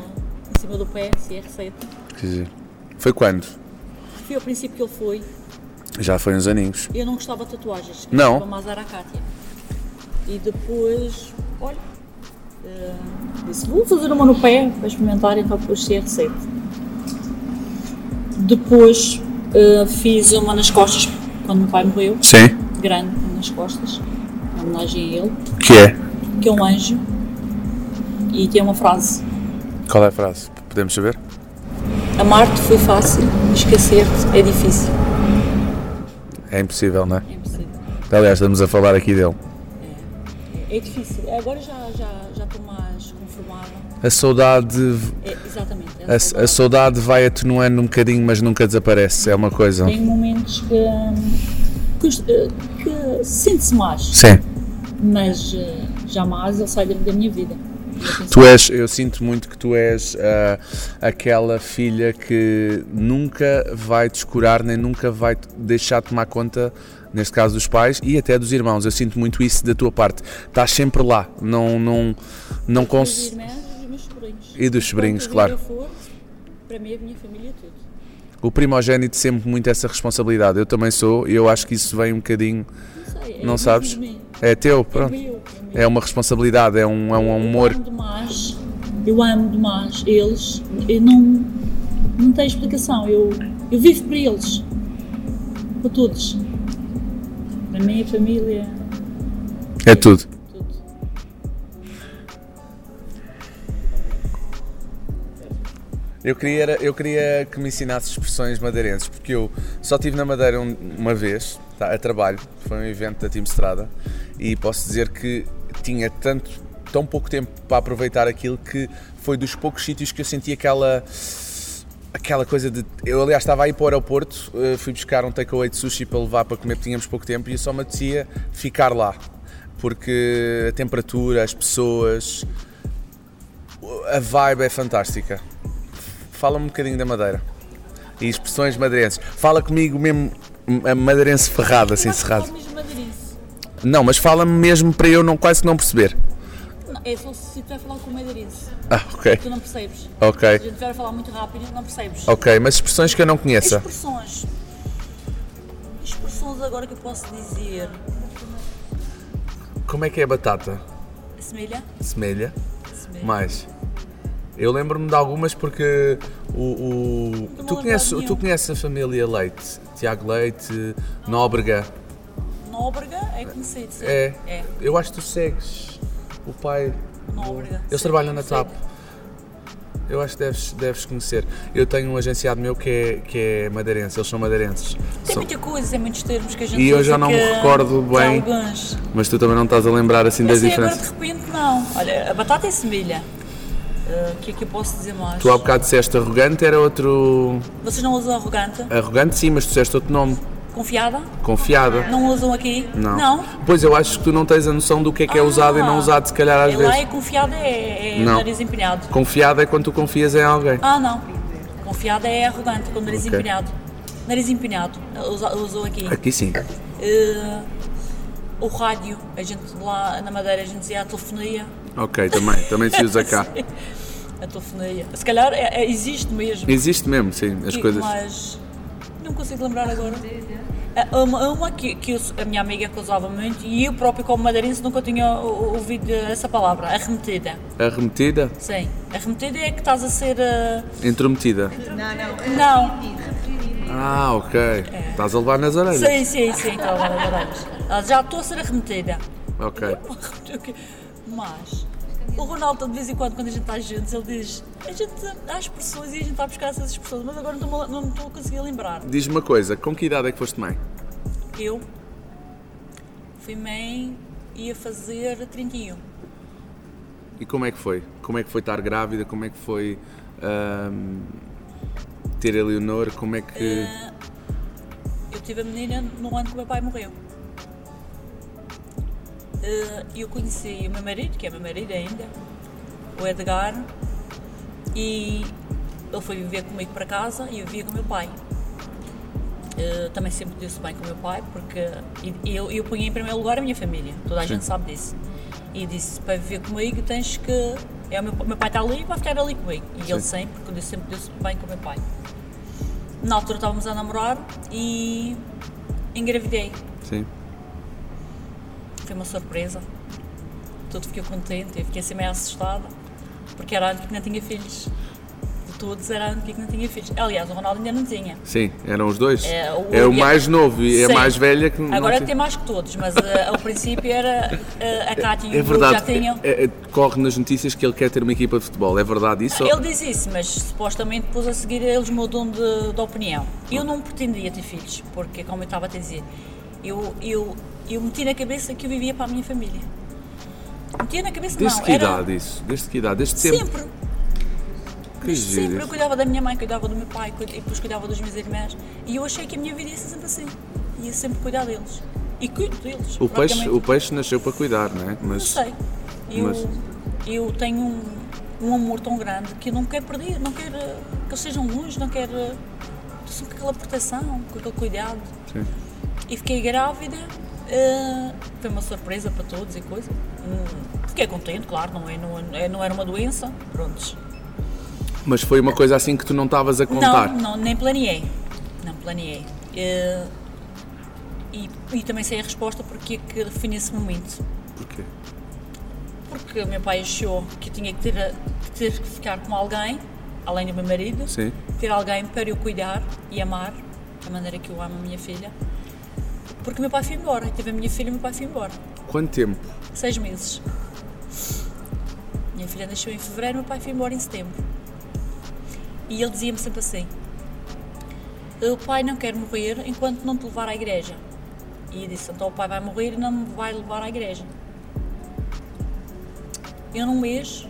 [SPEAKER 3] Em cima do pé, CR7.
[SPEAKER 1] Quer dizer, Foi quando?
[SPEAKER 3] Foi ao princípio que ele foi.
[SPEAKER 1] Já foi uns aninhos.
[SPEAKER 3] Eu não gostava de tatuagens.
[SPEAKER 1] Não?
[SPEAKER 3] Gostava mais era a Cátia. E depois, olha, eh, disse, vou fazer uma no pé para experimentar, então pus CR7. Depois eh, fiz uma nas costas, quando meu pai morreu,
[SPEAKER 1] Sim.
[SPEAKER 3] grande nas costas, em homenagem a ele,
[SPEAKER 1] Que é?
[SPEAKER 3] que é um anjo. E tem uma frase,
[SPEAKER 1] Qual é a frase? Podemos saber?
[SPEAKER 3] amar-te foi fácil, esquecer-te é difícil.
[SPEAKER 1] É impossível, não é?
[SPEAKER 3] É impossível.
[SPEAKER 1] Aliás, estamos a falar aqui dele.
[SPEAKER 3] É difícil. Agora já, já, já estou mais conformada.
[SPEAKER 1] A saudade,
[SPEAKER 3] É, exatamente. é
[SPEAKER 1] a, a
[SPEAKER 3] saudável.
[SPEAKER 1] saudade vai atenuando um bocadinho, mas nunca desaparece. É uma coisa.
[SPEAKER 3] Tem momentos que, hum, que, os- eh, que sente-se mais,
[SPEAKER 1] Sim.
[SPEAKER 3] mas eh, jamais ele sai da, da minha vida.
[SPEAKER 1] Tu és, eu sinto muito que tu és ah, aquela filha que nunca vai descurar, nem nunca vai te deixar tomar conta, neste caso dos pais e até dos irmãos. Eu sinto muito isso da tua parte. Estás sempre lá, não, não, não
[SPEAKER 3] Os
[SPEAKER 1] cons...
[SPEAKER 3] irmãos e os meus né, sobrinhos.
[SPEAKER 1] E dos sobrinhos,
[SPEAKER 3] Enquanto a
[SPEAKER 1] claro.
[SPEAKER 3] vida for, para mim, a minha família é tudo.
[SPEAKER 1] O primogênito sempre muito essa responsabilidade. Eu também sou, e eu acho que isso vem um bocadinho
[SPEAKER 3] Não sei,
[SPEAKER 1] Não sabes?
[SPEAKER 3] meu.
[SPEAKER 1] É teu, pronto.
[SPEAKER 3] meu, é
[SPEAKER 1] É uma responsabilidade, é um, é um humor.
[SPEAKER 3] Eu amo demais, eu amo demais eles, eu não, não tem explicação, eu, eu vivo para eles, para todos, para a minha família,
[SPEAKER 1] É tudo.
[SPEAKER 3] tudo.
[SPEAKER 1] Eu queria, era- eu queria que me ensinasses expressões madeirenses, porque eu só estive na Madeira um- uma vez, tá, a trabalho, foi um evento da Team Estrada, e posso dizer que tinha tanto, tão pouco tempo para aproveitar aquilo que foi dos poucos sítios que eu senti aquela aquela coisa de. Eu, aliás, estava aí para o aeroporto, eh, fui buscar um takeaway de sushi para levar para comer, porque tínhamos pouco tempo, e eu só me apetecia ficar lá. Porque a temperatura, as pessoas, a vibe é fantástica. Fala-me um bocadinho da Madeira e expressões madeirenses. Fala comigo mesmo, a madeirense ferrada, assim,
[SPEAKER 3] Eu acho que
[SPEAKER 1] cerrado.
[SPEAKER 3] falo mesmo madeirense.
[SPEAKER 1] Não, mas fala-me mesmo para eu não, quase que não perceber.
[SPEAKER 3] Não, É só se tiver a falar com o madeirense,
[SPEAKER 1] Ah, ok.
[SPEAKER 3] tu não percebes. Se a
[SPEAKER 1] Ok,
[SPEAKER 3] gente estiver a falar muito rápido, não percebes.
[SPEAKER 1] É. ok, mas expressões que eu não conheça.
[SPEAKER 3] Expressões. Expressões agora que eu posso dizer.
[SPEAKER 1] Como é que é a batata?
[SPEAKER 3] Semelha?
[SPEAKER 1] Semelha?
[SPEAKER 3] Semelha.
[SPEAKER 1] Mais? Eu lembro-me de algumas porque o. o-
[SPEAKER 3] Não
[SPEAKER 1] Tu, conheces,
[SPEAKER 3] me lembro de
[SPEAKER 1] tu
[SPEAKER 3] nenhum.
[SPEAKER 1] conheces a família Leite? Tiago Leite, Nóbrega?
[SPEAKER 3] Nóbrega é conhecido, sim.
[SPEAKER 1] É.
[SPEAKER 3] É,
[SPEAKER 1] Eu acho que tu segues o pai.
[SPEAKER 3] Nóbrega.
[SPEAKER 1] Eles
[SPEAKER 3] Sim,
[SPEAKER 1] trabalham na
[SPEAKER 3] sim.
[SPEAKER 1] TAP. Eu acho que deves, deves conhecer. Eu tenho um agenciado meu que é, que é madeirense, eles são madeirenses.
[SPEAKER 3] Tem
[SPEAKER 1] São-
[SPEAKER 3] muita coisa, tem muitos termos que a gente
[SPEAKER 1] E eu já
[SPEAKER 3] usa
[SPEAKER 1] não
[SPEAKER 3] que-
[SPEAKER 1] me recordo
[SPEAKER 3] de
[SPEAKER 1] bem
[SPEAKER 3] Alguns.
[SPEAKER 1] Mas tu também não estás a lembrar assim das
[SPEAKER 3] Assim, agora
[SPEAKER 1] diferenças.
[SPEAKER 3] de repente não. Olha, a batata é semelha. Ah, O que é que eu posso dizer mais?
[SPEAKER 1] Tu há bocado disseste arrogante, era outro.
[SPEAKER 3] Vocês não usam arrogante?
[SPEAKER 1] Arrogante sim, mas tu disseste outro nome.
[SPEAKER 3] Confiada?
[SPEAKER 1] Confiada.
[SPEAKER 3] Não usam aqui?
[SPEAKER 1] Não.
[SPEAKER 3] Não?
[SPEAKER 1] Pois eu acho que tu não tens a noção do que é que é usado e não
[SPEAKER 3] Ah.
[SPEAKER 1] usado, se calhar às
[SPEAKER 3] É
[SPEAKER 1] vezes.
[SPEAKER 3] Lá é confiada, é, é
[SPEAKER 1] Não.
[SPEAKER 3] nariz empenhado.
[SPEAKER 1] Confiada é quando tu confias em alguém.
[SPEAKER 3] Ah, não. Confiada é arrogante, com nariz
[SPEAKER 1] Ok.
[SPEAKER 3] empenhado. Nariz empenhado, usa- usam aqui.
[SPEAKER 1] Aqui sim.
[SPEAKER 3] Ah, o rádio, a gente lá na Madeira, a gente dizia a telefonia.
[SPEAKER 1] Ok, também. Também se usa cá.
[SPEAKER 3] A telefonia. Se calhar é- é- existe mesmo.
[SPEAKER 1] Existe mesmo, sim, as
[SPEAKER 3] Que-
[SPEAKER 1] coisas.
[SPEAKER 3] Mas não consigo lembrar agora. É Uma, é uma que, que eu- a minha amiga que usava muito e eu próprio como madeirense nunca tinha o- ouvido essa palavra, arremetida.
[SPEAKER 1] Arremetida,
[SPEAKER 3] Sim, arremetida é que estás a ser... ah,
[SPEAKER 1] intrometida.
[SPEAKER 3] não,
[SPEAKER 1] Ah, ok. Estás a levar nas orelhas.
[SPEAKER 3] É. sim, sim, sim, então agora adoramos. Ah, Já estou a ser arremetida.
[SPEAKER 1] Ok.
[SPEAKER 3] Mas o Ronaldo, de vez em quando, quando a gente está juntos, ele diz: a gente há expressões e a gente está a buscar essas expressões, mas agora não estou- não me estou a conseguir lembrar.
[SPEAKER 1] Diz-me uma coisa, com que idade é que foste mãe?
[SPEAKER 3] Eu fui mãe e ia fazer 31.
[SPEAKER 1] E como é que foi? Como é que foi estar grávida? Como é que foi ahm, ter a Leonor? Como é que.
[SPEAKER 3] Eu tive a menina no ano que o meu pai morreu. Eh, Eu conheci o meu marido, que é meu marido ainda, o Edgar, e ele foi viver comigo para casa e eu vivia com o meu pai. Eh, também sempre deu-se bem com o meu pai, porque e- eu, eu punha em primeiro lugar a minha família, toda a gente sabe disso. E disse: para viver comigo tens que. É, o meu, meu pai está ali, vai ficar ali comigo. E ele sempre, porque eu sempre deu-se bem com o meu pai. Na altura estávamos a namorar e engravidei.
[SPEAKER 1] Sim.
[SPEAKER 3] Foi uma surpresa. Tudo fiquei contente, eu fiquei assim meio assustada, porque era ano que não tinha filhos. De todos era ano que não tinha filhos. Aliás, o Ronaldo ainda não tinha.
[SPEAKER 1] Sim, eram os dois.
[SPEAKER 3] É, o-
[SPEAKER 1] É o mais novo e é a
[SPEAKER 3] Sim.
[SPEAKER 1] mais velha que. não
[SPEAKER 3] Agora
[SPEAKER 1] tem-
[SPEAKER 3] tem mais que todos, mas eh, ao princípio era eh, a Cátia e
[SPEAKER 1] É
[SPEAKER 3] o Bruno já
[SPEAKER 1] verdade.
[SPEAKER 3] tinham.
[SPEAKER 1] é- é- corre nas notícias que ele quer ter uma equipa de futebol. É verdade isso?
[SPEAKER 3] Ele diz isso, mas supostamente depois a seguir eles mudam de, de opinião. Eu não pretendia ter filhos, porque, como eu estava a te dizer, eu, eu, eu meti na cabeça que eu vivia para a minha família. Metia na cabeça,
[SPEAKER 1] Desde
[SPEAKER 3] não.
[SPEAKER 1] que
[SPEAKER 3] era-
[SPEAKER 1] idade isso? Desde que idade? Desde sempre.
[SPEAKER 3] Sempre.
[SPEAKER 1] Que
[SPEAKER 3] Desde sempre
[SPEAKER 1] giro.
[SPEAKER 3] eu cuidava da minha mãe, cuidava do meu pai, cuid- e depois cuidava dos meus irmãos. E eu achei que a minha vida ia ser sempre assim. Ia sempre cuidar deles. E cuido deles.
[SPEAKER 1] O peixe,
[SPEAKER 3] praticamente.
[SPEAKER 1] o peixe nasceu para cuidar, não é?
[SPEAKER 3] Não
[SPEAKER 1] Mas
[SPEAKER 3] sei. Eu,
[SPEAKER 1] mas-
[SPEAKER 3] eu tenho um, um amor tão grande que eu não quero perder, não quero eh, que eles sejam longe, não quero. eh, Só com aquela proteção, com aquele cuidado.
[SPEAKER 1] Sim.
[SPEAKER 3] E fiquei grávida, eh, foi uma surpresa para todos e coisa. Hum, Fiquei contente, claro, não, é, não, é- não era uma doença. Prontos.
[SPEAKER 1] mas foi uma coisa assim que tu não estavas a contar.
[SPEAKER 3] Não, não, nem planeei. Não planeei. Eh, E, e também sei a resposta porque é que foi nesse momento.
[SPEAKER 1] Porquê?
[SPEAKER 3] Porque o meu pai achou que eu tinha que ter, a- que ter que ficar com alguém, além do meu marido,
[SPEAKER 1] Sim.
[SPEAKER 3] ter alguém para eu cuidar e amar da maneira que eu amo a minha filha. Porque o meu pai foi embora, teve a minha filha e o meu pai foi embora.
[SPEAKER 1] Quanto tempo?
[SPEAKER 3] Seis meses. Minha filha nasceu em fevereiro, meu pai foi embora em setembro. E ele dizia-me sempre assim: O pai não quer morrer enquanto não te levar à igreja. E eu disse: Então o pai vai morrer e não me vai levar à igreja. Eu, num mês,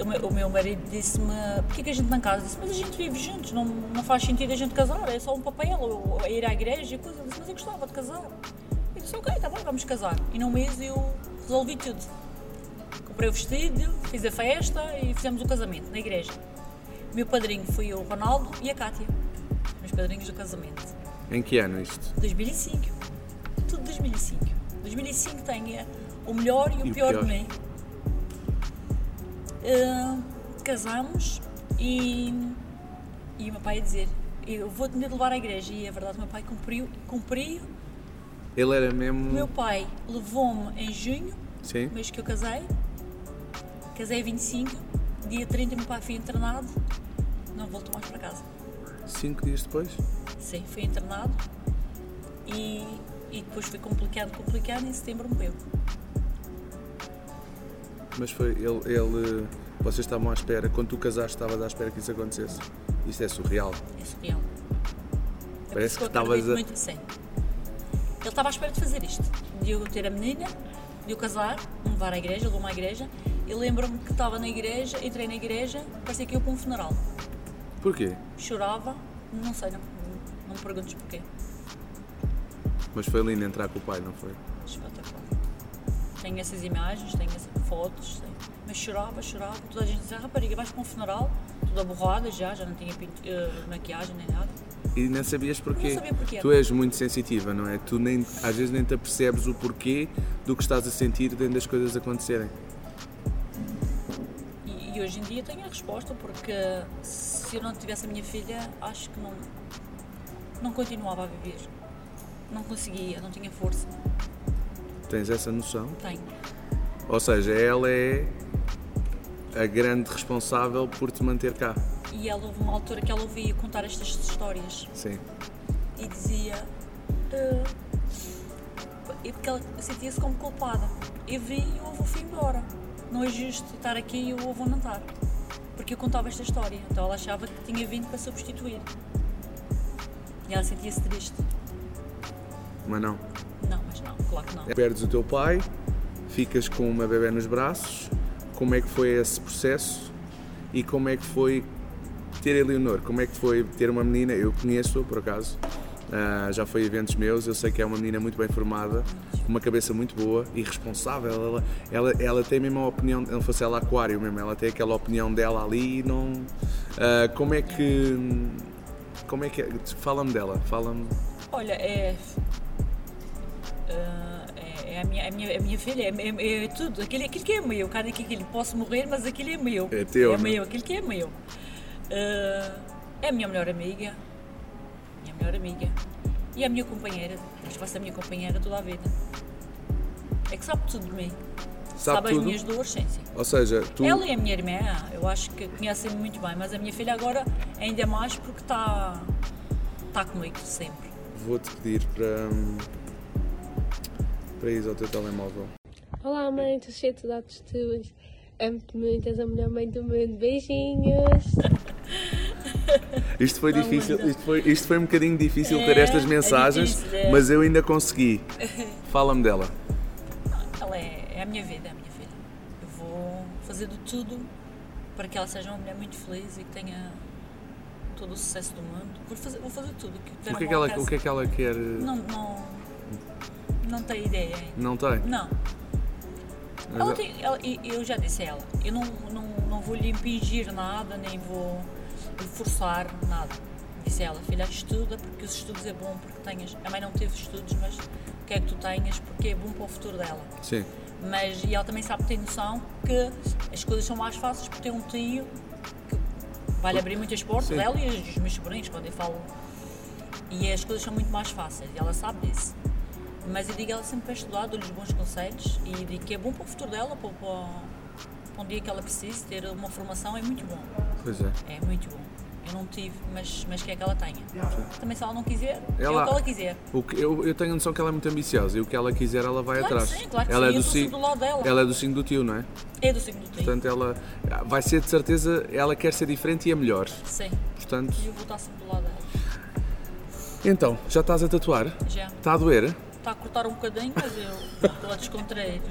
[SPEAKER 3] o meu, o meu marido disse-me: Porquê que a gente não casa? Eu disse: Mas a gente vive juntos, não, não faz sentido a gente casar, é só um papel, ou ir à igreja e coisa. Ele disse: Mas eu gostava de casar. Eu disse: Ok, tá bom, vamos casar. E num mês eu resolvi tudo. Comprei o vestido, fiz a festa e fizemos o casamento na igreja. O meu padrinho foi o Ronaldo e a Cátia, meus padrinhos do casamento.
[SPEAKER 1] Em que ano isto?
[SPEAKER 3] 2005. Tudo 2005. 2005 tem eh, o melhor e o
[SPEAKER 1] E o
[SPEAKER 3] pior,
[SPEAKER 1] pior.
[SPEAKER 3] de mim. Ah, casamos e, e o meu pai a dizer: Eu vou-te mesmo levar à igreja. E é verdade, o meu pai cumpriu. cumpriu.
[SPEAKER 1] Ele era
[SPEAKER 3] O meu
[SPEAKER 1] mesmo.
[SPEAKER 3] pai levou-me em junho,
[SPEAKER 1] Sim.
[SPEAKER 3] mês que eu casei. Casei 25. Dia 30, meu pai foi internado. Não voltou mais para casa.
[SPEAKER 1] Cinco dias depois?
[SPEAKER 3] Sim, fui internado e, e depois foi complicado, complicado e em setembro morreu.
[SPEAKER 1] Mas foi. Ele. ele vocês estavam à espera. Quando tu casaste, estavas à espera que isso acontecesse. Isto é surreal.
[SPEAKER 3] É surreal. É por
[SPEAKER 1] Parece
[SPEAKER 3] isso
[SPEAKER 1] que
[SPEAKER 3] eu acredito
[SPEAKER 1] estavas a-
[SPEAKER 3] Muito, sim. Ele estava à espera de fazer isto, de eu ter a menina, de eu casar, me levar à igreja, levou-me à igreja. E lembro-me que estava na igreja, entrei na igreja, parecia que eu para um funeral.
[SPEAKER 1] Porquê?
[SPEAKER 3] Chorava, não sei, não, não me perguntes porquê.
[SPEAKER 1] Mas foi lindo entrar com o pai, não foi?
[SPEAKER 3] Espetacular. Tenho essas imagens, tenho essas fotos, tenho- mas chorava, chorava. Toda a gente dizia, rapariga, vais para um funeral, toda borrada já, já não tinha pinto- eh, maquiagem nem nada.
[SPEAKER 1] E não sabias porquê.
[SPEAKER 3] Não sabia porquê.
[SPEAKER 1] Tu és muito sensitiva, não é? Tu nem, às vezes nem te apercebes o porquê do que estás a sentir dentro das coisas acontecerem.
[SPEAKER 3] E, e hoje em dia tenho a resposta, porque se eu não tivesse a minha filha, acho que não, não continuava a viver. Não conseguia, não tinha força.
[SPEAKER 1] Tens essa noção?
[SPEAKER 3] Tenho.
[SPEAKER 1] Ou seja, ela é a grande responsável por te manter cá.
[SPEAKER 3] E ela houve uma altura que ela ouvia contar estas histórias.
[SPEAKER 1] Sim.
[SPEAKER 3] e dizia "Ah", e porque ela sentia-se como culpada. Eu vi e o avô foi embora. Não é justo estar aqui e o avô não estar. Porque eu contava esta história, então ela achava que tinha vindo para substituir. E ela sentia-se triste.
[SPEAKER 1] Mas não.
[SPEAKER 3] Não, mas não, claro que não.
[SPEAKER 1] Perdes o teu pai, ficas com uma bebé nos braços. Como é que foi esse processo? E como é que foi ter a Eleonor? Como é que foi ter uma menina? Eu conheço, por acaso. ah, já foi a eventos meus, eu sei que é uma menina muito bem formada, com uma cabeça muito boa e responsável. Ela, ela, ela tem mesmo a opinião, não fosse ela aquário mesmo, ela tem aquela opinião dela ali e não. ah, como é que. Como é que. é? Fala-me dela, fala-me.
[SPEAKER 3] Olha, é. ah, é- é a minha, a minha, a minha filha, é, é- é tudo. Aquilo, aquilo que é meu. Cara, que aquilo posso morrer, mas aquilo é meu.
[SPEAKER 1] É teu,
[SPEAKER 3] É
[SPEAKER 1] né?
[SPEAKER 3] meu, aquilo que é meu. Ah, é a minha melhor amiga. Minha melhor amiga. E a minha companheira. Acho que vai ser a minha companheira toda a vida. É que sabe tudo de mim.
[SPEAKER 1] Sabe
[SPEAKER 3] as
[SPEAKER 1] tudo?
[SPEAKER 3] minhas dores, sim, sim.
[SPEAKER 1] Ou seja, tu.
[SPEAKER 3] Ela e a minha irmã, eu acho que conhecem-me muito bem, mas a minha filha agora é ainda mais porque está está comigo sempre.
[SPEAKER 1] Vou-te pedir para, hum, para ir ao teu telemóvel.
[SPEAKER 6] Olá, mãe, estou cheia de saudades tuas. Amo-te muito, és a melhor mãe do mundo. Beijinhos.
[SPEAKER 1] Isto foi difícil,
[SPEAKER 3] ainda.
[SPEAKER 1] isto foi, isto foi um bocadinho difícil ter
[SPEAKER 3] É,
[SPEAKER 1] estas
[SPEAKER 3] é
[SPEAKER 1] mensagens,
[SPEAKER 3] difícil, é.
[SPEAKER 1] mas eu ainda consegui. Fala-me dela.
[SPEAKER 3] Ela é, é a minha vida, é a minha filha. Eu vou fazer de tudo para que ela seja uma mulher muito feliz e que tenha todo o sucesso do mundo. Vou fazer, vou fazer tudo. Que tiver
[SPEAKER 1] O que é
[SPEAKER 3] ao
[SPEAKER 1] que ela,
[SPEAKER 3] alcance.
[SPEAKER 1] o que é que ela quer? eh,
[SPEAKER 3] Tá Não, não, não tem ideia ainda.
[SPEAKER 1] Não tem?
[SPEAKER 3] Não. Ela tem, ela- e- eu já disse a ela, eu não, não, não vou lhe impingir nada, nem vou lhe forçar nada. Disse a ela, filha, estuda porque os estudos é bom, porque tenhas. A mãe não teve estudos, mas o que é que tu tenhas, porque é bom para o futuro dela
[SPEAKER 1] Sim.
[SPEAKER 3] mas e ela também sabe ter noção que as coisas são mais fáceis por ter um tio que vai lhe abrir muitas portas
[SPEAKER 1] Sim.
[SPEAKER 3] ela e os meus sobrinhos quando eu falo e as coisas são muito mais fáceis e ela sabe disso Mas eu digo a ela sempre para estudar, dou-lhe os bons conselhos e digo que é bom para o futuro dela, para, para, para um dia que ela precise ter uma formação, é muito bom.
[SPEAKER 1] Pois é.
[SPEAKER 3] É muito bom. Eu não tive, mas, mas quer que ela tenha. Também se ela não quiser, é
[SPEAKER 1] Ela-
[SPEAKER 3] o que ela quiser.
[SPEAKER 1] O que, eu, eu tenho a noção que ela é muito ambiciosa e o que ela quiser ela vai
[SPEAKER 3] Claro que
[SPEAKER 1] atrás.
[SPEAKER 3] sim, claro que
[SPEAKER 1] ela é
[SPEAKER 3] sim, eu
[SPEAKER 1] do
[SPEAKER 3] estou sempre
[SPEAKER 1] signo-
[SPEAKER 3] do lado dela.
[SPEAKER 1] Ela é do signo do tio, não é?
[SPEAKER 3] É do signo do tio.
[SPEAKER 1] Portanto, ela vai ser de certeza, ela quer ser diferente e é melhor.
[SPEAKER 3] Sim.
[SPEAKER 1] Portanto,
[SPEAKER 3] E eu vou estar sempre do lado dela.
[SPEAKER 1] então, já estás a tatuar?
[SPEAKER 3] Já.
[SPEAKER 1] Está a doer?
[SPEAKER 3] Está a cortar um bocadinho, mas eu lá descontrei.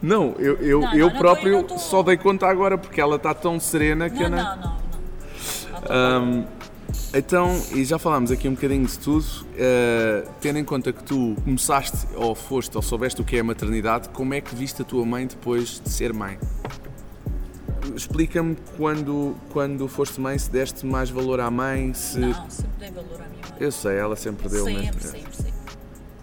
[SPEAKER 1] Não, eu, eu,
[SPEAKER 3] Não, não,
[SPEAKER 1] eu
[SPEAKER 3] não tô-
[SPEAKER 1] próprio
[SPEAKER 3] eu não tô-
[SPEAKER 1] só dei conta agora porque ela está tão serena que
[SPEAKER 3] Não,
[SPEAKER 1] eu não.
[SPEAKER 3] não, não, não.
[SPEAKER 1] Ah, Então, e já falámos aqui um bocadinho de tudo, eh, tendo em conta que tu começaste ou foste ou soubeste o que é a maternidade, como é que viste a tua mãe depois de ser mãe? Explica-me quando, quando foste mãe, se deste mais valor à mãe, se.
[SPEAKER 3] Não, sempre dei valor à minha mãe.
[SPEAKER 1] Eu sei, ela sempre deu, mas- eh,
[SPEAKER 3] sempre, sempre, sempre.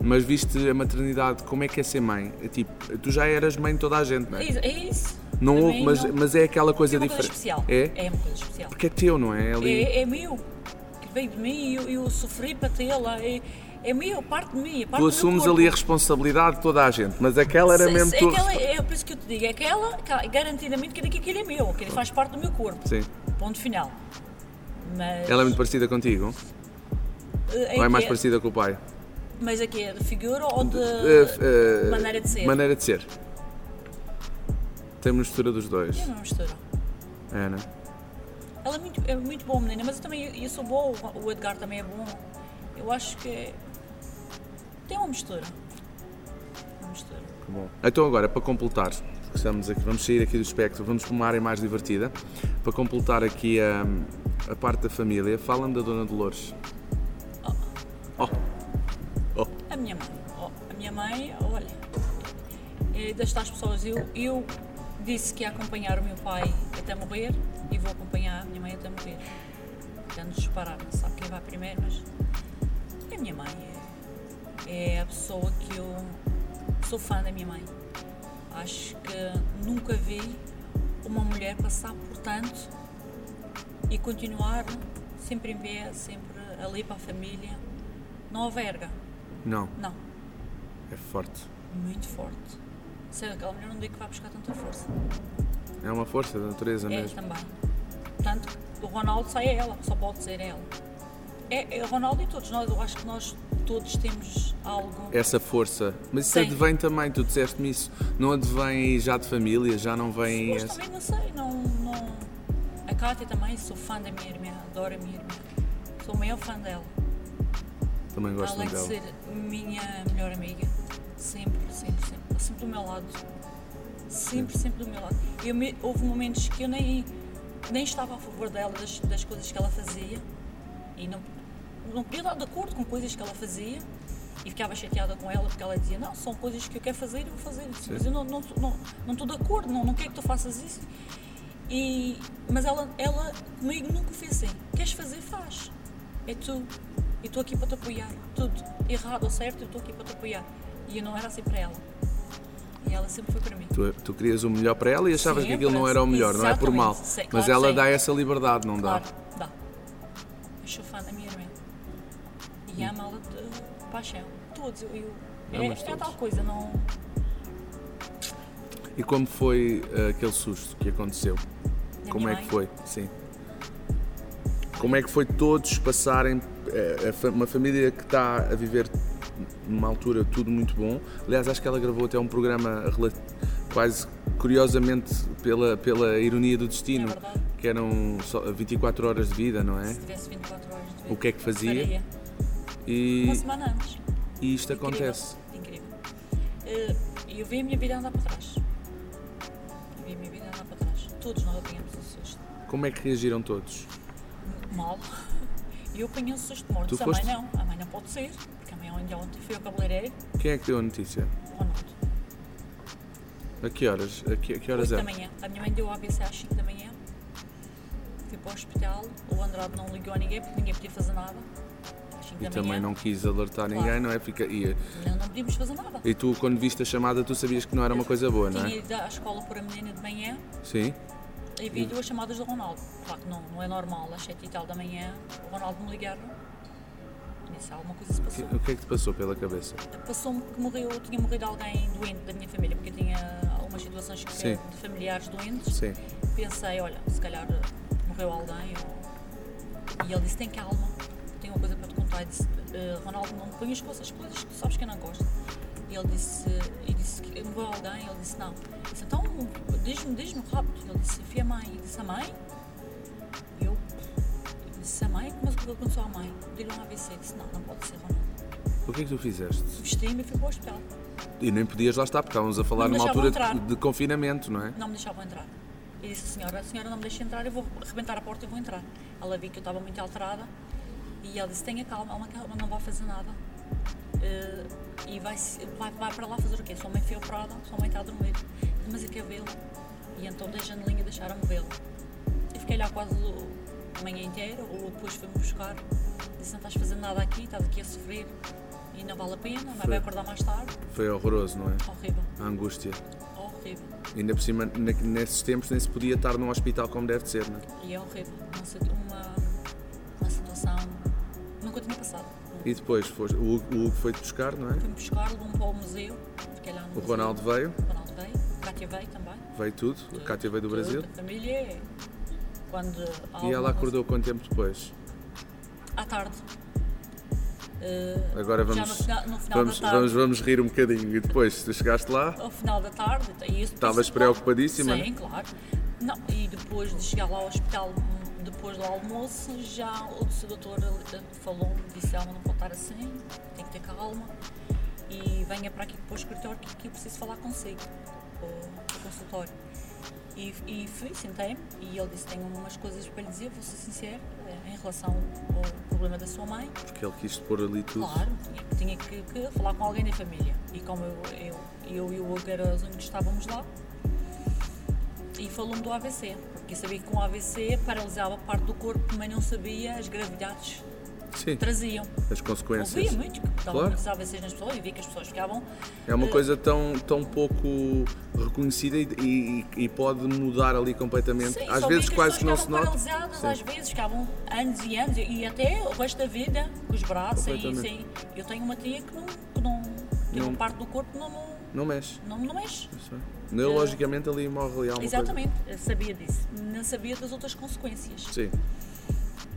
[SPEAKER 1] mas viste a maternidade, como é que é ser mãe? É Tipo, tu já eras mãe de toda a gente, não
[SPEAKER 3] É
[SPEAKER 1] é?
[SPEAKER 3] isso. É isso.
[SPEAKER 1] Não
[SPEAKER 3] Para
[SPEAKER 1] houve,
[SPEAKER 3] mim,
[SPEAKER 1] mas,
[SPEAKER 3] não-
[SPEAKER 1] mas é aquela coisa
[SPEAKER 3] é uma coisa
[SPEAKER 1] diferente.
[SPEAKER 3] especial.
[SPEAKER 1] É?
[SPEAKER 3] uma coisa especial.
[SPEAKER 1] Porque é teu, não é? Ali...
[SPEAKER 3] É, é meu. Que veio de mim e eu, eu sofri para tê-la. É, é meu, parte de mim. é Parte
[SPEAKER 1] Tu
[SPEAKER 3] do
[SPEAKER 1] assumes
[SPEAKER 3] meu corpo.
[SPEAKER 1] ali a responsabilidade de toda a gente, mas aquela era
[SPEAKER 3] Se-
[SPEAKER 1] mesmo
[SPEAKER 3] se-
[SPEAKER 1] tua.
[SPEAKER 3] aquela,
[SPEAKER 1] respo-
[SPEAKER 3] é por isso que eu te digo, aquela, ca- garantidamente, que aquilo é meu, que ele faz parte do meu corpo.
[SPEAKER 1] Sim.
[SPEAKER 3] Ponto final. Mas,
[SPEAKER 1] Ela é muito parecida contigo?
[SPEAKER 3] eh,
[SPEAKER 1] Ou é
[SPEAKER 3] que
[SPEAKER 1] mais parecida com o pai?
[SPEAKER 3] Mas aqui é de figura ou de
[SPEAKER 1] Eh, f- eh,
[SPEAKER 3] maneira de ser?
[SPEAKER 1] Maneira de ser. Tem uma mistura dos dois.
[SPEAKER 3] É uma mistura.
[SPEAKER 1] É, não?
[SPEAKER 3] Ela é muito, é muito boa menina, mas eu também eu sou boa, o Edgar também é bom. Eu acho que tem uma mistura. Uma mistura.
[SPEAKER 1] Então agora, para completar, porque estamos aqui, vamos sair aqui do espectro, vamos para uma área mais divertida. Para completar aqui a, a parte da família, fala-me da Dona Dolores. Oh. Oh.
[SPEAKER 3] A minha mãe. ó, a minha mãe, olha, é destas pessoas, eu, eu disse que ia acompanhar o meu pai até morrer e vou acompanhar a minha mãe até morrer. Já nos separaram, não sabe quem vai primeiro, mas a minha mãe é, é a pessoa que eu sou fã da minha mãe. Acho que nunca vi uma mulher passar por tanto e continuar sempre em pé, sempre ali para a família. Não verga,
[SPEAKER 1] Não,
[SPEAKER 3] não
[SPEAKER 1] é forte.
[SPEAKER 3] muito forte. Sei lá, aquela mulher não digo que vai buscar tanta força.
[SPEAKER 1] É uma força da natureza
[SPEAKER 3] É
[SPEAKER 1] mesmo.
[SPEAKER 3] também. Portanto, o Ronaldo sai a ela, só pode ser ela. É, é o Ronaldo e todos nós, eu acho que nós todos temos algo.
[SPEAKER 1] Essa força. Mas isso
[SPEAKER 3] Sim.
[SPEAKER 1] advém também, tu disseste-me isso. Não advém já de família, já não vem.
[SPEAKER 3] Mas
[SPEAKER 1] essa-
[SPEAKER 3] também não sei, não, não. A Cátia também, sou fã da minha irmã, adoro a minha irmã. Sou o maior fã dela.
[SPEAKER 1] Também gosto
[SPEAKER 3] Além
[SPEAKER 1] muito
[SPEAKER 3] de
[SPEAKER 1] dela.
[SPEAKER 3] ser minha melhor amiga, sempre, sempre, sempre, sempre do meu lado. Sempre, sempre do meu lado. Eu me- houve momentos que eu nem, nem estava a favor dela, das, das coisas que ela fazia, e não, não podia estar de acordo com coisas que ela fazia, e ficava chateada com ela, porque ela dizia: Não, são coisas que eu quero fazer, eu vou fazer. Mas eu não não estou não, não estou de acordo, não, não quero que tu faças isso. E, mas ela, ela comigo nunca fez assim. Queres fazer, faz. É tu. Eu estou aqui para te apoiar. Tudo errado ou certo, eu estou aqui para te apoiar. E eu não era assim para ela. E ela sempre foi para mim.
[SPEAKER 1] Tu, tu querias o melhor para ela e achavas que
[SPEAKER 3] Sempre,
[SPEAKER 1] aquilo não era o melhor, não é por mal.
[SPEAKER 3] exatamente, sim,
[SPEAKER 1] Mas
[SPEAKER 3] claro,
[SPEAKER 1] ela
[SPEAKER 3] sim.
[SPEAKER 1] dá essa liberdade, não
[SPEAKER 3] Claro,
[SPEAKER 1] dá?
[SPEAKER 3] dá. Eu sou fã da minha irmã. E amo ela de paixão. Todos. Eu, eu- é,
[SPEAKER 1] Hum. Amas
[SPEAKER 3] é
[SPEAKER 1] todos.
[SPEAKER 3] tal coisa, não.
[SPEAKER 1] E como foi ah, aquele susto que aconteceu?
[SPEAKER 3] Da
[SPEAKER 1] Como
[SPEAKER 3] minha
[SPEAKER 1] é que
[SPEAKER 3] mãe?
[SPEAKER 1] foi? Sim. Como é que foi todos passarem, eh, a fa- uma família que está a viver numa altura tudo muito bom. Aliás, acho que ela gravou até um programa rela- quase curiosamente pela, pela ironia do destino,
[SPEAKER 3] É verdade.
[SPEAKER 1] que eram só 24 horas de vida, não é?
[SPEAKER 3] Se tivesse 24 horas de
[SPEAKER 1] O que é que fazia?
[SPEAKER 3] faria.
[SPEAKER 1] E,
[SPEAKER 3] Uma semana antes.
[SPEAKER 1] e isto acontece.
[SPEAKER 3] Incrível. incrível. Eh, eu vi a minha vida andar para trás. Eu vi a minha vida andar para trás. Todos nós apanhamos um susto.
[SPEAKER 1] Como é que reagiram todos?
[SPEAKER 3] Mal. E eu apanhei um susto de morte.
[SPEAKER 1] Tu
[SPEAKER 3] A mãe
[SPEAKER 1] foste?
[SPEAKER 3] não. A mãe não pode ser. Porque a mãe ainda ontem foi ao cabeleireiro.
[SPEAKER 1] Quem é que deu a notícia?
[SPEAKER 3] Ronaldo.
[SPEAKER 1] A que horas? A que, a que horas
[SPEAKER 3] 8
[SPEAKER 1] é?
[SPEAKER 3] da manhã. A minha mãe deu o ABC às 5 da manhã. Fui para o hospital. O Andrade não ligou a ninguém porque ninguém podia fazer nada. Às 5
[SPEAKER 1] E
[SPEAKER 3] da
[SPEAKER 1] também
[SPEAKER 3] manhã.
[SPEAKER 1] não quis alertar
[SPEAKER 3] é. Claro.
[SPEAKER 1] ninguém, não é? Fica, e,
[SPEAKER 3] Não, não podíamos fazer nada.
[SPEAKER 1] e tu, quando viste a chamada, tu sabias que não era uma coisa boa, não
[SPEAKER 3] Tinha
[SPEAKER 1] é?
[SPEAKER 3] ido à escola por a menina de manhã.
[SPEAKER 1] Sim.
[SPEAKER 3] E vi duas chamadas do Ronaldo. Claro que não, não é normal, às 7 e tal da manhã, o Ronaldo me ligar. Nem cabeça, alguma coisa se passou.
[SPEAKER 1] O que é que te passou pela cabeça?
[SPEAKER 3] Passou-me que morreu, tinha morrido alguém doente da minha família, porque eu tinha algumas situações que
[SPEAKER 1] Sim.
[SPEAKER 3] de familiares doentes.
[SPEAKER 1] Sim.
[SPEAKER 3] Pensei, olha, se calhar eh, morreu alguém. ou- E ele disse, tem calma, tenho uma coisa para te contar. Eu disse, "Eh, Ronaldo, não me ponhas com essas coisas que sabes que eu não gosto. E ele disse, e disse que morreu alguém, ele disse, não. Eu disse, então, diz-me, diz-me rápido. Ele disse, fui a mãe. Eu disse, a mãe? E eu disse, a mãe? Mas o que aconteceu à mãe? Dei-lhe um AVC. Eu disse, não, não pode ser, Ronaldo.
[SPEAKER 1] O que é que tu fizeste?
[SPEAKER 3] Vesti-me e fui para o hospital.
[SPEAKER 1] E nem podias lá estar, porque estávamos a falar
[SPEAKER 3] Não me
[SPEAKER 1] numa altura
[SPEAKER 3] deixavam entrar.
[SPEAKER 1] de, de confinamento, não é?
[SPEAKER 3] Não me deixavam entrar. E disse, senhora, a senhora não me deixa entrar, eu vou arrebentar a porta e vou entrar. Ela viu que eu estava muito alterada e ela disse, tenha calma, ela calma, não vai fazer nada. Eh, e vai, se- vai, vai para lá fazer o quê? Sua mãe foi operada, sua mãe está a dormir. Mas eu quero vê-la. E então da janelinha deixaram-me vê-la. E fiquei lá quase o- a manhã inteira, ou depois fui-me buscar. Disse, não estás fazendo nada aqui, estás aqui a sofrer. E não vale a pena, mas vai acordar mais tarde.
[SPEAKER 1] Foi horroroso, não é?
[SPEAKER 3] Horrível,
[SPEAKER 1] A angústia.
[SPEAKER 3] horrível.
[SPEAKER 1] Ainda por cima, na- nesses tempos nem se podia estar num hospital como deve de ser, não é?
[SPEAKER 3] E é horrível. Uma, situ- uma, uma situação. Nunca tinha passado.
[SPEAKER 1] E depois foste, o Hugo o Hugo foi-te buscar, não é?
[SPEAKER 3] Fui-me buscar, levou-me para o museu. Fiquei lá no
[SPEAKER 1] O
[SPEAKER 3] museu.
[SPEAKER 1] Ronaldo veio,
[SPEAKER 3] O Ronaldo veio. A Cátia veio também.
[SPEAKER 1] veio tudo. A Cátia veio do
[SPEAKER 3] Tudo,
[SPEAKER 1] Brasil.
[SPEAKER 3] A família. é-
[SPEAKER 1] E
[SPEAKER 3] Quando há
[SPEAKER 1] ela
[SPEAKER 3] alguma coisa-
[SPEAKER 1] acordou quanto tempo depois?
[SPEAKER 3] À tarde. Eh,
[SPEAKER 1] Agora
[SPEAKER 3] já
[SPEAKER 1] vamos,
[SPEAKER 3] no final, no final
[SPEAKER 1] vamos,
[SPEAKER 3] da tarde.
[SPEAKER 1] vamos, vamos rir um bocadinho. E depois, tu chegaste lá,
[SPEAKER 3] Ao final da tarde. então, e isso
[SPEAKER 1] Tá. Estavas
[SPEAKER 3] principal-
[SPEAKER 1] preocupadíssima, né?
[SPEAKER 3] Sim, claro. Não, e depois de chegar lá ao hospital, hum, depois do almoço, já o seu doutor eh, falou-me, disse: Alma, não pode estar assim, tem que ter calma. E venha para aqui para o escritório que, que eu preciso falar consigo, o, o consultório. E, e fui, sentei-me e ele disse: Tenho umas coisas para lhe dizer, vou ser sincero, eh, em relação ao problema da sua mãe.
[SPEAKER 1] porque ele quis pôr ali tudo.
[SPEAKER 3] Claro, tinha, tinha que, que falar com alguém da família. E como eu, eu, eu e o Hugo eram os únicos que estávamos lá, e falou-me do AVC, porque eu sabia que com o AVC paralisava parte do corpo, mas não sabia as gravidades
[SPEAKER 1] Sim,
[SPEAKER 3] que traziam.
[SPEAKER 1] as consequências.
[SPEAKER 3] Ouvia muito que estavam
[SPEAKER 1] Claro.
[SPEAKER 3] muitos AVCs nas pessoas e via que as pessoas ficavam.
[SPEAKER 1] É uma
[SPEAKER 3] eh,
[SPEAKER 1] coisa tão, tão pouco reconhecida e, e- e pode mudar ali completamente.
[SPEAKER 3] Sim,
[SPEAKER 1] Às
[SPEAKER 3] só
[SPEAKER 1] vezes
[SPEAKER 3] vi que as
[SPEAKER 1] quase que não
[SPEAKER 3] pessoas
[SPEAKER 1] se nota.
[SPEAKER 3] ficavam paralisadas,
[SPEAKER 1] Sim.
[SPEAKER 3] às vezes ficavam anos e anos e até o resto da vida com os braços e
[SPEAKER 1] Completamente.
[SPEAKER 3] sem. Eu tenho uma tia que não. Que não tem
[SPEAKER 1] Não.
[SPEAKER 3] uma parte do corpo que não, não,
[SPEAKER 1] Não mexe.
[SPEAKER 3] não, não mexe.
[SPEAKER 1] Isso é. Neurologicamente ali morre ali alguma
[SPEAKER 3] Ah. Exatamente, eu sabia disso. Não sabia das outras consequências.
[SPEAKER 1] coisa. Sim.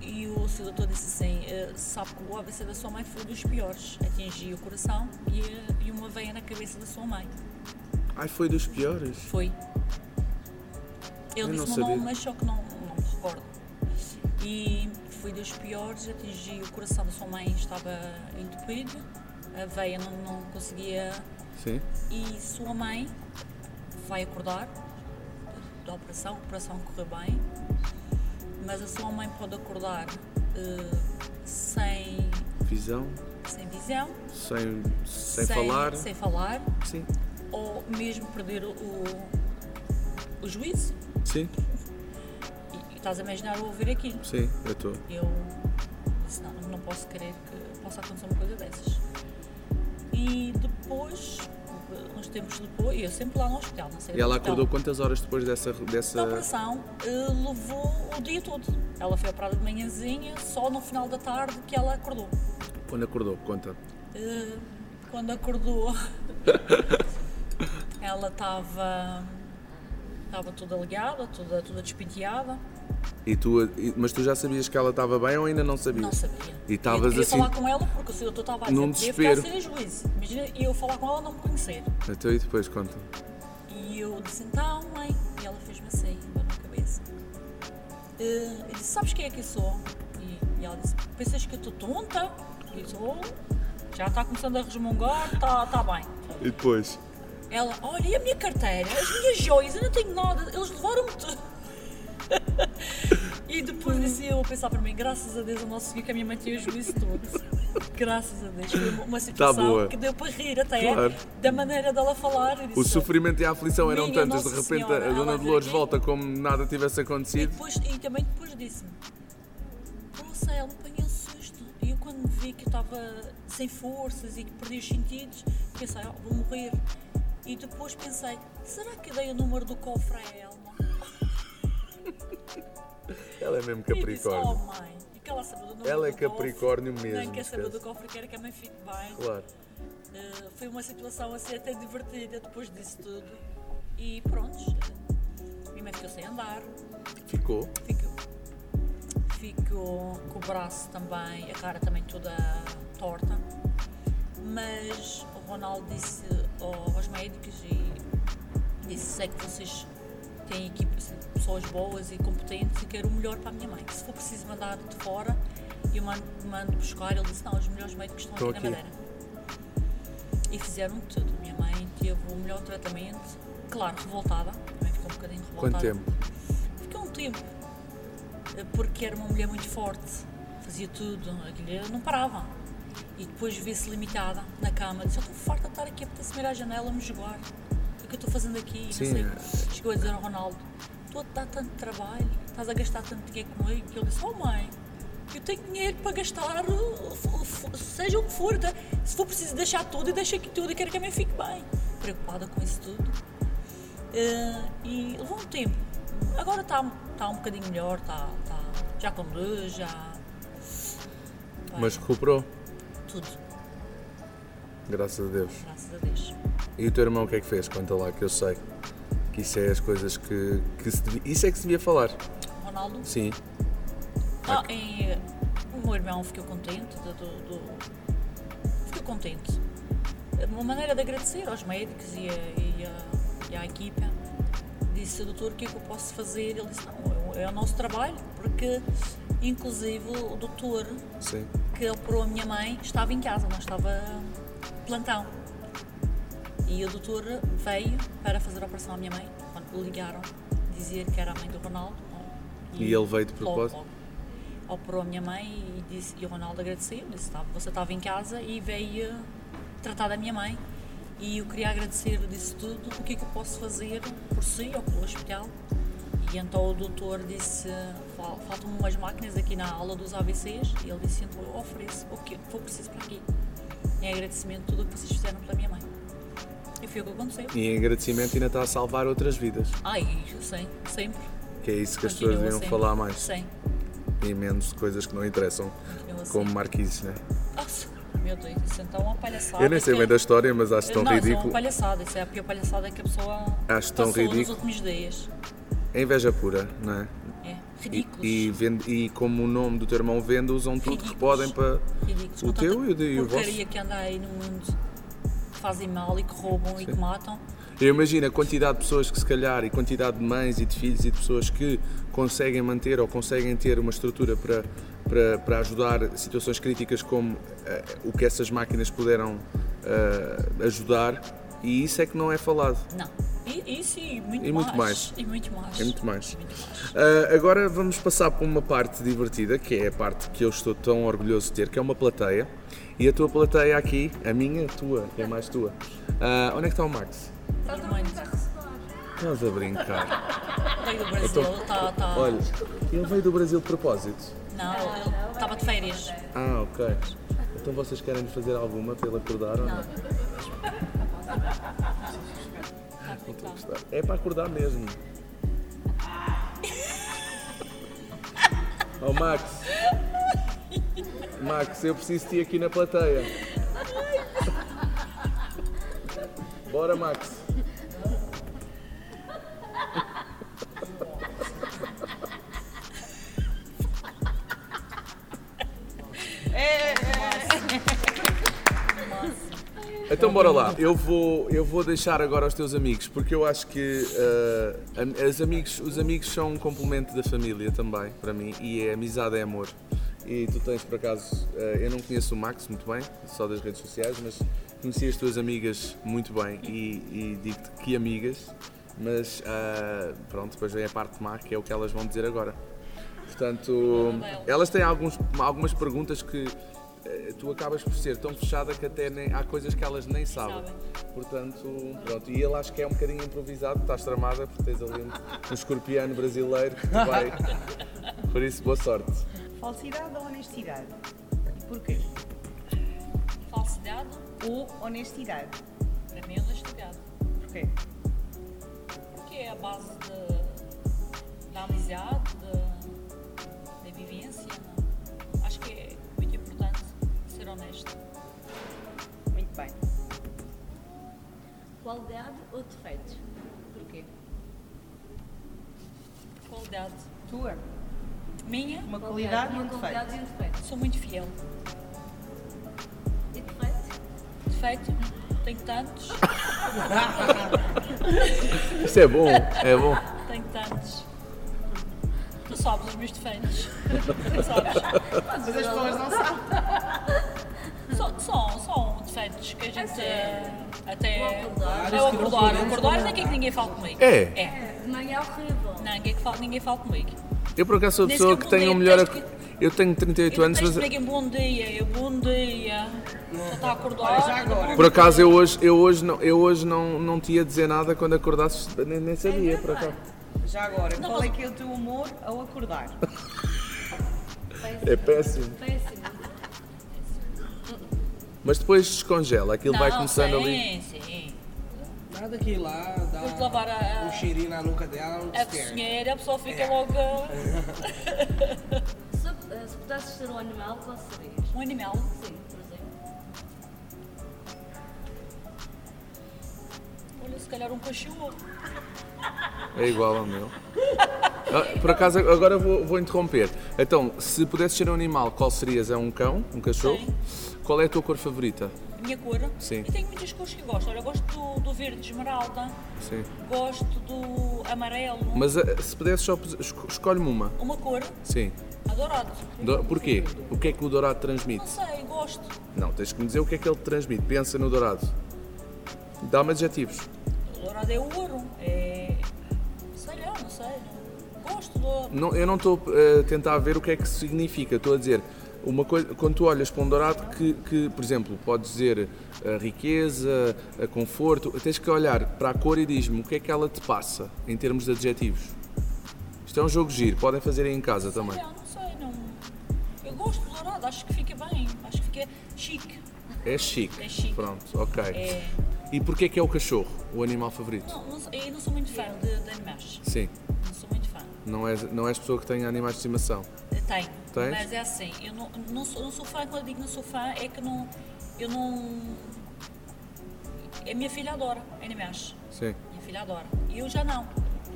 [SPEAKER 3] E o seu doutor disse assim: eh, sabe que o AVC da sua mãe foi dos piores. Atingiu o coração e, eh, e uma veia na cabeça da sua mãe.
[SPEAKER 1] Ai, foi dos piores.
[SPEAKER 3] Foi.
[SPEAKER 1] Eu
[SPEAKER 3] Ele
[SPEAKER 1] não
[SPEAKER 3] disse-me o nome,
[SPEAKER 1] sabia.
[SPEAKER 3] mas só que não, não me recordo. E foi dos piores, atingi o coração da sua mãe, estava entupido, a veia não, não conseguia
[SPEAKER 1] Sim.
[SPEAKER 3] e sua mãe vai acordar da operação, a operação correu bem, mas a sua mãe pode acordar eh, sem,
[SPEAKER 1] Visão,
[SPEAKER 3] sem visão,
[SPEAKER 1] sem, sem, falar.
[SPEAKER 3] sem falar,
[SPEAKER 1] Sim.
[SPEAKER 3] ou mesmo perder o, o juízo.
[SPEAKER 1] Sim,
[SPEAKER 3] E, e estás a imaginar ou ouvir aquilo.
[SPEAKER 1] sim, eu estou.
[SPEAKER 3] Eu disse, não, não posso querer que possa acontecer uma coisa dessas. E depois, uns tempos depois, eu sempre lá no hospital, não sei
[SPEAKER 1] E ela
[SPEAKER 3] do hospital.
[SPEAKER 1] acordou quantas horas depois dessa. dessa...
[SPEAKER 3] A operação eh, levou o dia todo. Ela foi operada de manhãzinha, só no final da tarde que ela acordou.
[SPEAKER 1] Quando acordou? Conta.
[SPEAKER 3] Eh, quando acordou, ela estava estava toda ligada, toda, toda despenteada.
[SPEAKER 1] E tu, e- mas tu já sabias que ela estava bem ou ainda não sabias?
[SPEAKER 3] Não sabia.
[SPEAKER 1] E estavas
[SPEAKER 3] Eu queria
[SPEAKER 1] assim-
[SPEAKER 3] falar com ela porque o senhor estava a dizer
[SPEAKER 1] Num
[SPEAKER 3] que devia ficar
[SPEAKER 1] desespero.
[SPEAKER 3] sem juízo. Imagina eu falar com ela não me conhecer.
[SPEAKER 1] Então e depois conta.
[SPEAKER 3] E eu disse, então, mãe. E ela fez-me assim, na minha cabeça. Eh, eu disse, sabes quem é que eu sou? E, e ela disse, pensas que eu estou tonta? E eu disse, oh, já está começando a resmungar, está tá bem.
[SPEAKER 1] E depois?
[SPEAKER 3] Ela, olha, e a minha carteira? As minhas joias? Eu não tenho nada, eles levaram-me tudo. e depois disse eu a pensar para mim, graças a Deus eu não segui que a minha mãe tinha o juízo todo. Graças a Deus, foi uma- uma situação
[SPEAKER 1] Tá boa.
[SPEAKER 3] que deu para rir até
[SPEAKER 1] Claro.
[SPEAKER 3] da maneira dela falar. Eu
[SPEAKER 1] O
[SPEAKER 3] disse,
[SPEAKER 1] sofrimento e a aflição eram
[SPEAKER 3] Minha
[SPEAKER 1] tantas, de
[SPEAKER 3] Nossa
[SPEAKER 1] repente
[SPEAKER 3] Senhora,
[SPEAKER 1] a Dona
[SPEAKER 3] ela
[SPEAKER 1] Dolores
[SPEAKER 3] veio-
[SPEAKER 1] volta como nada tivesse
[SPEAKER 3] E,
[SPEAKER 1] acontecido.
[SPEAKER 3] depois, e também depois disse-me: Nossa, ela me apanhou um susto. E eu, quando vi que eu estava sem forças e que perdi os sentidos, pensei: "Ah, Vou morrer. E depois pensei: Será que eu dei o número do cofre a Elma?
[SPEAKER 1] Ela é mesmo
[SPEAKER 3] E disse: Oh,
[SPEAKER 1] é Capricórnio.
[SPEAKER 3] mãe, porque ela sabe do nome
[SPEAKER 1] Ela é
[SPEAKER 3] do cofre,
[SPEAKER 1] Capricórnio
[SPEAKER 3] Nem
[SPEAKER 1] mesmo,
[SPEAKER 3] quer saber do
[SPEAKER 1] esquece.
[SPEAKER 3] cofre, quer que a mãe fique bem.
[SPEAKER 1] Claro.
[SPEAKER 3] Eh, foi uma situação assim até divertida depois disso tudo. E pronto, eh, minha mãe ficou sem andar,
[SPEAKER 1] Ficou.
[SPEAKER 3] ficou, ficou com o braço também, a cara também toda torta. Mas o Ronaldo disse ao- aos médicos e disse sei que vocês têm aqui pessoas boas e competentes e quero o melhor para a minha mãe. Se for preciso mandar de fora, eu mando, mando buscar. Ele disse, não, os melhores médicos estão
[SPEAKER 1] Estão
[SPEAKER 3] aqui,
[SPEAKER 1] aqui.
[SPEAKER 3] na Madeira. E fizeram tudo. Minha mãe teve o melhor tratamento, claro, revoltada. Minha mãe ficou um bocadinho revoltada.
[SPEAKER 1] Quanto tempo?
[SPEAKER 3] Fiquei um tempo. eh, Porque era uma mulher muito forte, fazia tudo, aquilo não parava. E depois vê-se limitada na cama, disse: Eu estou farta de estar aqui, apetece-me ir à janela me jogar. O que eu estou fazendo aqui? Não
[SPEAKER 1] Sim,
[SPEAKER 3] sei.
[SPEAKER 1] é-
[SPEAKER 3] Chegou a dizer ao Ronaldo: Estou a te dar tanto trabalho, estás a gastar tanto dinheiro comigo. E ele disse: Oh, mãe, eu tenho dinheiro para gastar, o- o- o- seja o que for, tá? se for preciso deixar tudo, eu deixo aqui tudo, eu quero que a minha fique bem. Preocupada com isso tudo. Eh, e levou um tempo. Agora está tá um bocadinho melhor, tá, tá, já conduz, já. Vai,
[SPEAKER 1] Mas recuperou.
[SPEAKER 3] Tudo,
[SPEAKER 1] Graças a Deus.
[SPEAKER 3] graças a Deus.
[SPEAKER 1] E o teu irmão o que é que fez? Conta lá, que eu sei. Que isso é as coisas que, que se devia... Isso é que se devia falar.
[SPEAKER 3] Ronaldo?
[SPEAKER 1] Sim.
[SPEAKER 3] Ah, e, eh, o meu irmão ficou contente. Do, do, do- Ficou contente. Uma maneira de agradecer aos médicos e, a, e, a- e à equipa. Disse, doutor, o que é que eu posso fazer? Ele disse, não, é o nosso trabalho, porque inclusive o doutor
[SPEAKER 1] Sim.
[SPEAKER 3] que operou a minha mãe estava em casa, não estava de plantão. E o doutor veio para fazer a operação à minha mãe, quando ligaram, dizer que era a mãe do Ronaldo. é?
[SPEAKER 1] E ele veio de
[SPEAKER 3] logo,
[SPEAKER 1] propósito?
[SPEAKER 3] logo, Operou a minha mãe e, disse, e o Ronaldo agradeceu, disse, "Tá, você estava em casa e veio tratar da minha mãe. E eu queria agradecer disso tudo, o que é que eu posso fazer por si ou pelo hospital? E então o doutor disse, "Fal- faltam umas máquinas aqui na aula dos ABCs, e ele disse, então eu ofereço o que for preciso para aqui. Em agradecimento a tudo o que vocês fizeram pela minha mãe. E foi o que aconteceu.
[SPEAKER 1] E em agradecimento ainda está a salvar outras vidas.
[SPEAKER 3] Ai, sim, sempre.
[SPEAKER 1] Que é isso que as
[SPEAKER 3] Continua
[SPEAKER 1] pessoas deviam
[SPEAKER 3] sempre.
[SPEAKER 1] falar mais.
[SPEAKER 3] Sim.
[SPEAKER 1] E menos de coisas que não interessam.
[SPEAKER 3] Continua assim.
[SPEAKER 1] Como
[SPEAKER 3] sempre.
[SPEAKER 1] marquises, né?
[SPEAKER 3] Nossa, meu Deus, isso então é uma palhaçada.
[SPEAKER 1] Eu nem sei
[SPEAKER 3] que-
[SPEAKER 1] bem da história, mas acho tão
[SPEAKER 3] não, isso é uma
[SPEAKER 1] ridículo.
[SPEAKER 3] palhaçada, isso é a pior palhaçada que a pessoa
[SPEAKER 1] Acho tão
[SPEAKER 3] passou nos
[SPEAKER 1] ridículo.
[SPEAKER 3] últimos dias.
[SPEAKER 1] É inveja pura, não é?
[SPEAKER 3] É,
[SPEAKER 1] E,
[SPEAKER 3] ridículos.
[SPEAKER 1] e, vende- e como o nome do teu irmão vende, usam tudo que
[SPEAKER 3] Ridículos.
[SPEAKER 1] podem para.
[SPEAKER 3] ridículos.
[SPEAKER 1] O
[SPEAKER 3] com
[SPEAKER 1] teu
[SPEAKER 3] tanta
[SPEAKER 1] e o de- e o vosso?
[SPEAKER 3] porcaria que anda aí no mundo, que fazem mal e que roubam e que matam.
[SPEAKER 1] Eu imagino a quantidade de pessoas que, se calhar, e quantidade de mães e de filhos e de pessoas que conseguem manter ou conseguem ter uma estrutura para, para, para ajudar situações críticas como eh, o que essas máquinas puderam eh, ajudar, e isso é que não é falado.
[SPEAKER 3] Não. E, isso e muito
[SPEAKER 1] E
[SPEAKER 3] mais.
[SPEAKER 1] muito mais.
[SPEAKER 3] E muito mais.
[SPEAKER 1] É muito mais.
[SPEAKER 3] Muito mais.
[SPEAKER 1] Ah, agora vamos passar por uma parte divertida, que é a parte que eu estou tão orgulhoso de ter, que é uma plateia. E a tua plateia aqui, a minha, a tua, que é mais tua. Ah, onde é que está o Max?
[SPEAKER 3] E muito.
[SPEAKER 1] Estás a brincar.
[SPEAKER 3] Veio do Brasil, tá, tá.
[SPEAKER 1] Olha, ele veio do Brasil de propósito.
[SPEAKER 3] Não, ele estava de férias.
[SPEAKER 1] Ah, ok. Então vocês querem fazer alguma para ele acordar ou não? Não estou a gostar. É para acordar mesmo. Oh Max! Max, eu preciso de ti aqui na plateia. Bora Max! Então bora lá. Eu vou, eu vou deixar agora aos teus amigos, porque eu acho que ah, am- as amigos, os amigos são um complemento da família também, para mim, e é amizade é amor. E tu tens, por acaso, ah, eu não conheço o Max muito bem, só das redes sociais, mas conheci as tuas amigas muito bem e, e digo-te que amigas, mas ah, pronto, depois vem a parte má, que é o que elas vão dizer agora. Portanto, elas têm alguns, algumas perguntas que eh, tu acabas por ser tão fechada que até nem, há coisas que elas nem sabem. Portanto, pronto. E ele acho que é um bocadinho improvisado, estás tramada, porque tens ali um, um escorpião brasileiro que te vai. Por isso, boa sorte.
[SPEAKER 7] Falsidade ou honestidade? E porquê?
[SPEAKER 3] Falsidade,
[SPEAKER 7] Ou honestidade?
[SPEAKER 3] para mim, é honestidade.
[SPEAKER 7] Porquê?
[SPEAKER 3] Porque é a base de- da amizade, da, da vivência, né?
[SPEAKER 8] honesto.
[SPEAKER 7] Muito bem.
[SPEAKER 8] Qualidade ou defeitos? Porquê?
[SPEAKER 3] Qualidade.
[SPEAKER 7] Tua?
[SPEAKER 3] Minha?
[SPEAKER 7] Uma qualidade e um
[SPEAKER 8] uma
[SPEAKER 7] defeito.
[SPEAKER 8] qualidade e um defeito.
[SPEAKER 3] Sou muito fiel.
[SPEAKER 8] E defeito?
[SPEAKER 3] Defeito? Tenho tantos.
[SPEAKER 1] Isso é bom, é bom.
[SPEAKER 3] Tenho tantos. Tu sabes os meus defeitos. Tu sabes.
[SPEAKER 7] Mas as pessoas não sabem.
[SPEAKER 3] São, são, são um defeitos que a gente eh, até.
[SPEAKER 8] Ah, Vou acordar.
[SPEAKER 3] Eu acordar. Acordar não é que ninguém fala comigo.
[SPEAKER 1] É.
[SPEAKER 3] É.
[SPEAKER 8] De manhã é horrível.
[SPEAKER 3] Não, ninguém fala, ninguém fala comigo.
[SPEAKER 1] Eu por acaso sou a
[SPEAKER 3] Nem
[SPEAKER 1] pessoa
[SPEAKER 3] sequer
[SPEAKER 1] que tem o
[SPEAKER 3] bom
[SPEAKER 1] melhor.
[SPEAKER 3] dia,
[SPEAKER 1] ac- Eu tenho 38
[SPEAKER 3] Eu
[SPEAKER 1] anos,
[SPEAKER 3] detesto
[SPEAKER 1] mas.
[SPEAKER 3] que digam bom dia, eu bom dia. Só está a acordar.
[SPEAKER 7] Já agora.
[SPEAKER 1] Por acaso eu hoje, eu hoje, não, eu hoje não, não te ia dizer nada quando acordasses, nem, nem sabia, por acaso.
[SPEAKER 7] Já agora. Qual é que é o teu humor ao acordar?
[SPEAKER 1] É péssimo.
[SPEAKER 8] Péssimo.
[SPEAKER 1] Mas depois descongela, aquilo vai
[SPEAKER 3] Não,
[SPEAKER 1] começando
[SPEAKER 3] sim,
[SPEAKER 1] ali.
[SPEAKER 3] Sim,
[SPEAKER 9] Nada que ir lá,
[SPEAKER 3] Vou te
[SPEAKER 9] dar
[SPEAKER 3] lavar a,
[SPEAKER 9] um cheirinho na nuca dela, não
[SPEAKER 3] a
[SPEAKER 9] se quer.
[SPEAKER 3] cozinheira, a pessoa
[SPEAKER 1] É.
[SPEAKER 3] fica logo uh,
[SPEAKER 8] Se, eh, se pudesses ser um animal, qual serias?
[SPEAKER 3] um animal.
[SPEAKER 8] Sim, por exemplo.
[SPEAKER 3] Olha, se calhar um cachorro.
[SPEAKER 1] É igual ao meu. Ah, Por acaso, agora vou, vou interromper. Então, se pudesses ser um animal, qual serias? É um cão? Um cachorro? Qual é a tua cor favorita?
[SPEAKER 3] A minha cor.
[SPEAKER 1] Sim.
[SPEAKER 3] E tenho muitas cores que gosto. Olha, gosto do, do verde esmeralda,
[SPEAKER 1] Sim.
[SPEAKER 3] gosto do amarelo.
[SPEAKER 1] Mas ah, se pudesses só. pes- esco- Escolhe-me uma.
[SPEAKER 3] Uma cor,
[SPEAKER 1] Sim.
[SPEAKER 3] adorado.
[SPEAKER 1] Do- Porquê? O que é que o dourado transmite?
[SPEAKER 3] Não sei, gosto.
[SPEAKER 1] Não, tens que me dizer o que é que ele transmite. Pensa no dourado. Dá-me adjetivos.
[SPEAKER 3] Dourado é ouro, é. Sei lá, não sei. Gosto do.
[SPEAKER 1] Não, eu não estou eh, a tentar ver o que é que significa. Estou a dizer, uma coisa, quando tu olhas para um dourado, que, que, por exemplo, pode dizer a riqueza, a conforto, tens que olhar para a cor e diz-me o que é que ela te passa em termos de adjetivos. Isto é um jogo giro, podem fazer aí em casa também.
[SPEAKER 3] Sei lá, não sei, não. Eu gosto do dourado, acho que fica bem, acho que fica chique.
[SPEAKER 1] É chique.
[SPEAKER 3] É chique.
[SPEAKER 1] Pronto, ok.
[SPEAKER 3] É.
[SPEAKER 1] E porquê que é o cachorro, o animal favorito?
[SPEAKER 3] Não, não, sou- eu não sou muito fã de, de animais.
[SPEAKER 1] Sim,
[SPEAKER 3] Não sou muito fã.
[SPEAKER 1] não és, não és pessoa que tenha animais de estimação.
[SPEAKER 3] Eu Tenho.
[SPEAKER 1] Tens?
[SPEAKER 3] Mas é assim, eu não, não, sou, não sou fã, quando eu digo não sou fã, é que não. Eu não. A minha filha adora animais.
[SPEAKER 1] Sim.
[SPEAKER 3] Minha filha adora. E eu já não.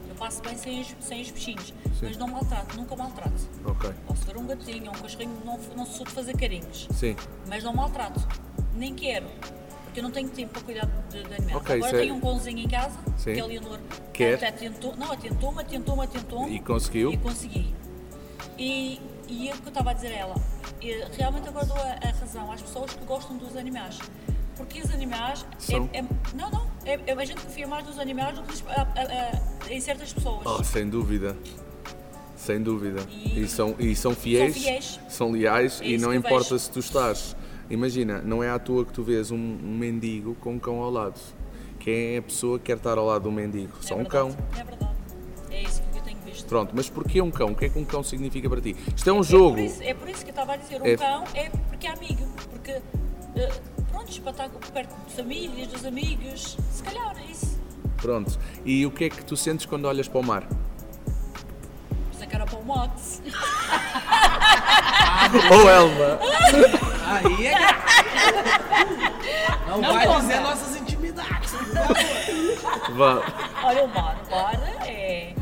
[SPEAKER 3] Eu passo bem sem os, sem os bichinhos. Mas não maltrato, nunca maltrato.
[SPEAKER 1] Ok.
[SPEAKER 3] Posso ver um gatinho, um cachorrinho, não, não sou de fazer carinhos.
[SPEAKER 1] Sim.
[SPEAKER 3] Mas não maltrato. Nem quero. Porque eu não tenho tempo para cuidar de, de animais.
[SPEAKER 1] Ok,
[SPEAKER 3] Agora
[SPEAKER 1] isso é-
[SPEAKER 3] tenho um cãozinho em casa,
[SPEAKER 1] Sim.
[SPEAKER 3] que é a Leonor.
[SPEAKER 1] Quer?
[SPEAKER 3] Até tentou, não, atentou-me, atentou-me, atentou-me.
[SPEAKER 1] E conseguiu?
[SPEAKER 3] E consegui. E, e é o que eu estava a dizer a ela. E, realmente agora dou a, a razão às pessoas que gostam dos animais. Porque os animais. é-
[SPEAKER 1] São?
[SPEAKER 3] é- não, não. É, é- a gente confia mais nos animais do que nos- a- a- a- em certas pessoas. É
[SPEAKER 1] Oh, sem dúvida. Sem dúvida.
[SPEAKER 3] E-
[SPEAKER 1] E, são, e são, fiéis,
[SPEAKER 3] São fiéis.
[SPEAKER 1] são leais
[SPEAKER 3] É
[SPEAKER 1] e
[SPEAKER 3] isso
[SPEAKER 1] não
[SPEAKER 3] que eu
[SPEAKER 1] importa
[SPEAKER 3] vejo.
[SPEAKER 1] se tu estás. Imagina, não é à toa que tu vês um, um mendigo com um cão ao lado. Quem é a pessoa que quer estar ao lado de um mendigo?
[SPEAKER 3] É
[SPEAKER 1] Só um
[SPEAKER 3] verdade,
[SPEAKER 1] cão.
[SPEAKER 3] É verdade. É isso que eu tenho visto.
[SPEAKER 1] Pronto, mas porquê um cão? O que é que um cão significa para ti? Isto é um
[SPEAKER 3] É
[SPEAKER 1] jogo.
[SPEAKER 3] por isso, é por isso que eu estava a dizer, um
[SPEAKER 1] É-
[SPEAKER 3] cão é porque é amigo, porque eh, pronto, para estar perto de famílias, dos amigos, se calhar é isso.
[SPEAKER 1] Pronto. E o que é que tu sentes quando olhas para o mar?
[SPEAKER 3] Sacar é para o mote.
[SPEAKER 1] oh, Elva!
[SPEAKER 9] Aí é que... Não, vai
[SPEAKER 3] conta.
[SPEAKER 9] dizer nossas intimidades.
[SPEAKER 1] Vá.
[SPEAKER 3] Olha o mar, o mar é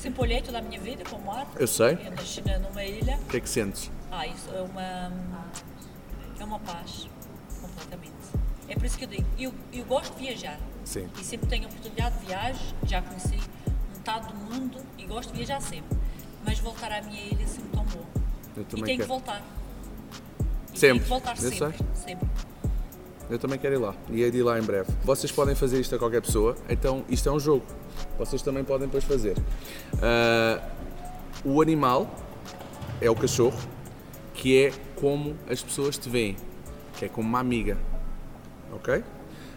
[SPEAKER 3] sempre olhei toda a minha vida para o mar.
[SPEAKER 1] Eu sei.
[SPEAKER 3] Eu nasci na- numa ilha.
[SPEAKER 1] O que é que sentes?
[SPEAKER 3] Ah, isso é uma é uma paz, completamente. É por isso que eu digo, eu, eu gosto de viajar.
[SPEAKER 1] Sim.
[SPEAKER 3] E sempre tenho a oportunidade de viajar, já conheci metade do mundo e gosto de viajar sempre. Mas voltar à minha ilha é sempre tão bom.
[SPEAKER 1] Eu
[SPEAKER 3] e
[SPEAKER 1] também
[SPEAKER 3] tenho que
[SPEAKER 1] quero.
[SPEAKER 3] voltar. E
[SPEAKER 1] é Sempre.
[SPEAKER 3] Tenho que voltar
[SPEAKER 1] Eu
[SPEAKER 3] sempre. Sempre.
[SPEAKER 1] Eu também quero ir lá e hei de ir lá em breve. Vocês podem fazer isto a qualquer pessoa, então isto é um jogo. Vocês também podem depois fazer. Ah, o animal é o cachorro, que é como as pessoas te veem, que é como uma amiga. Ok?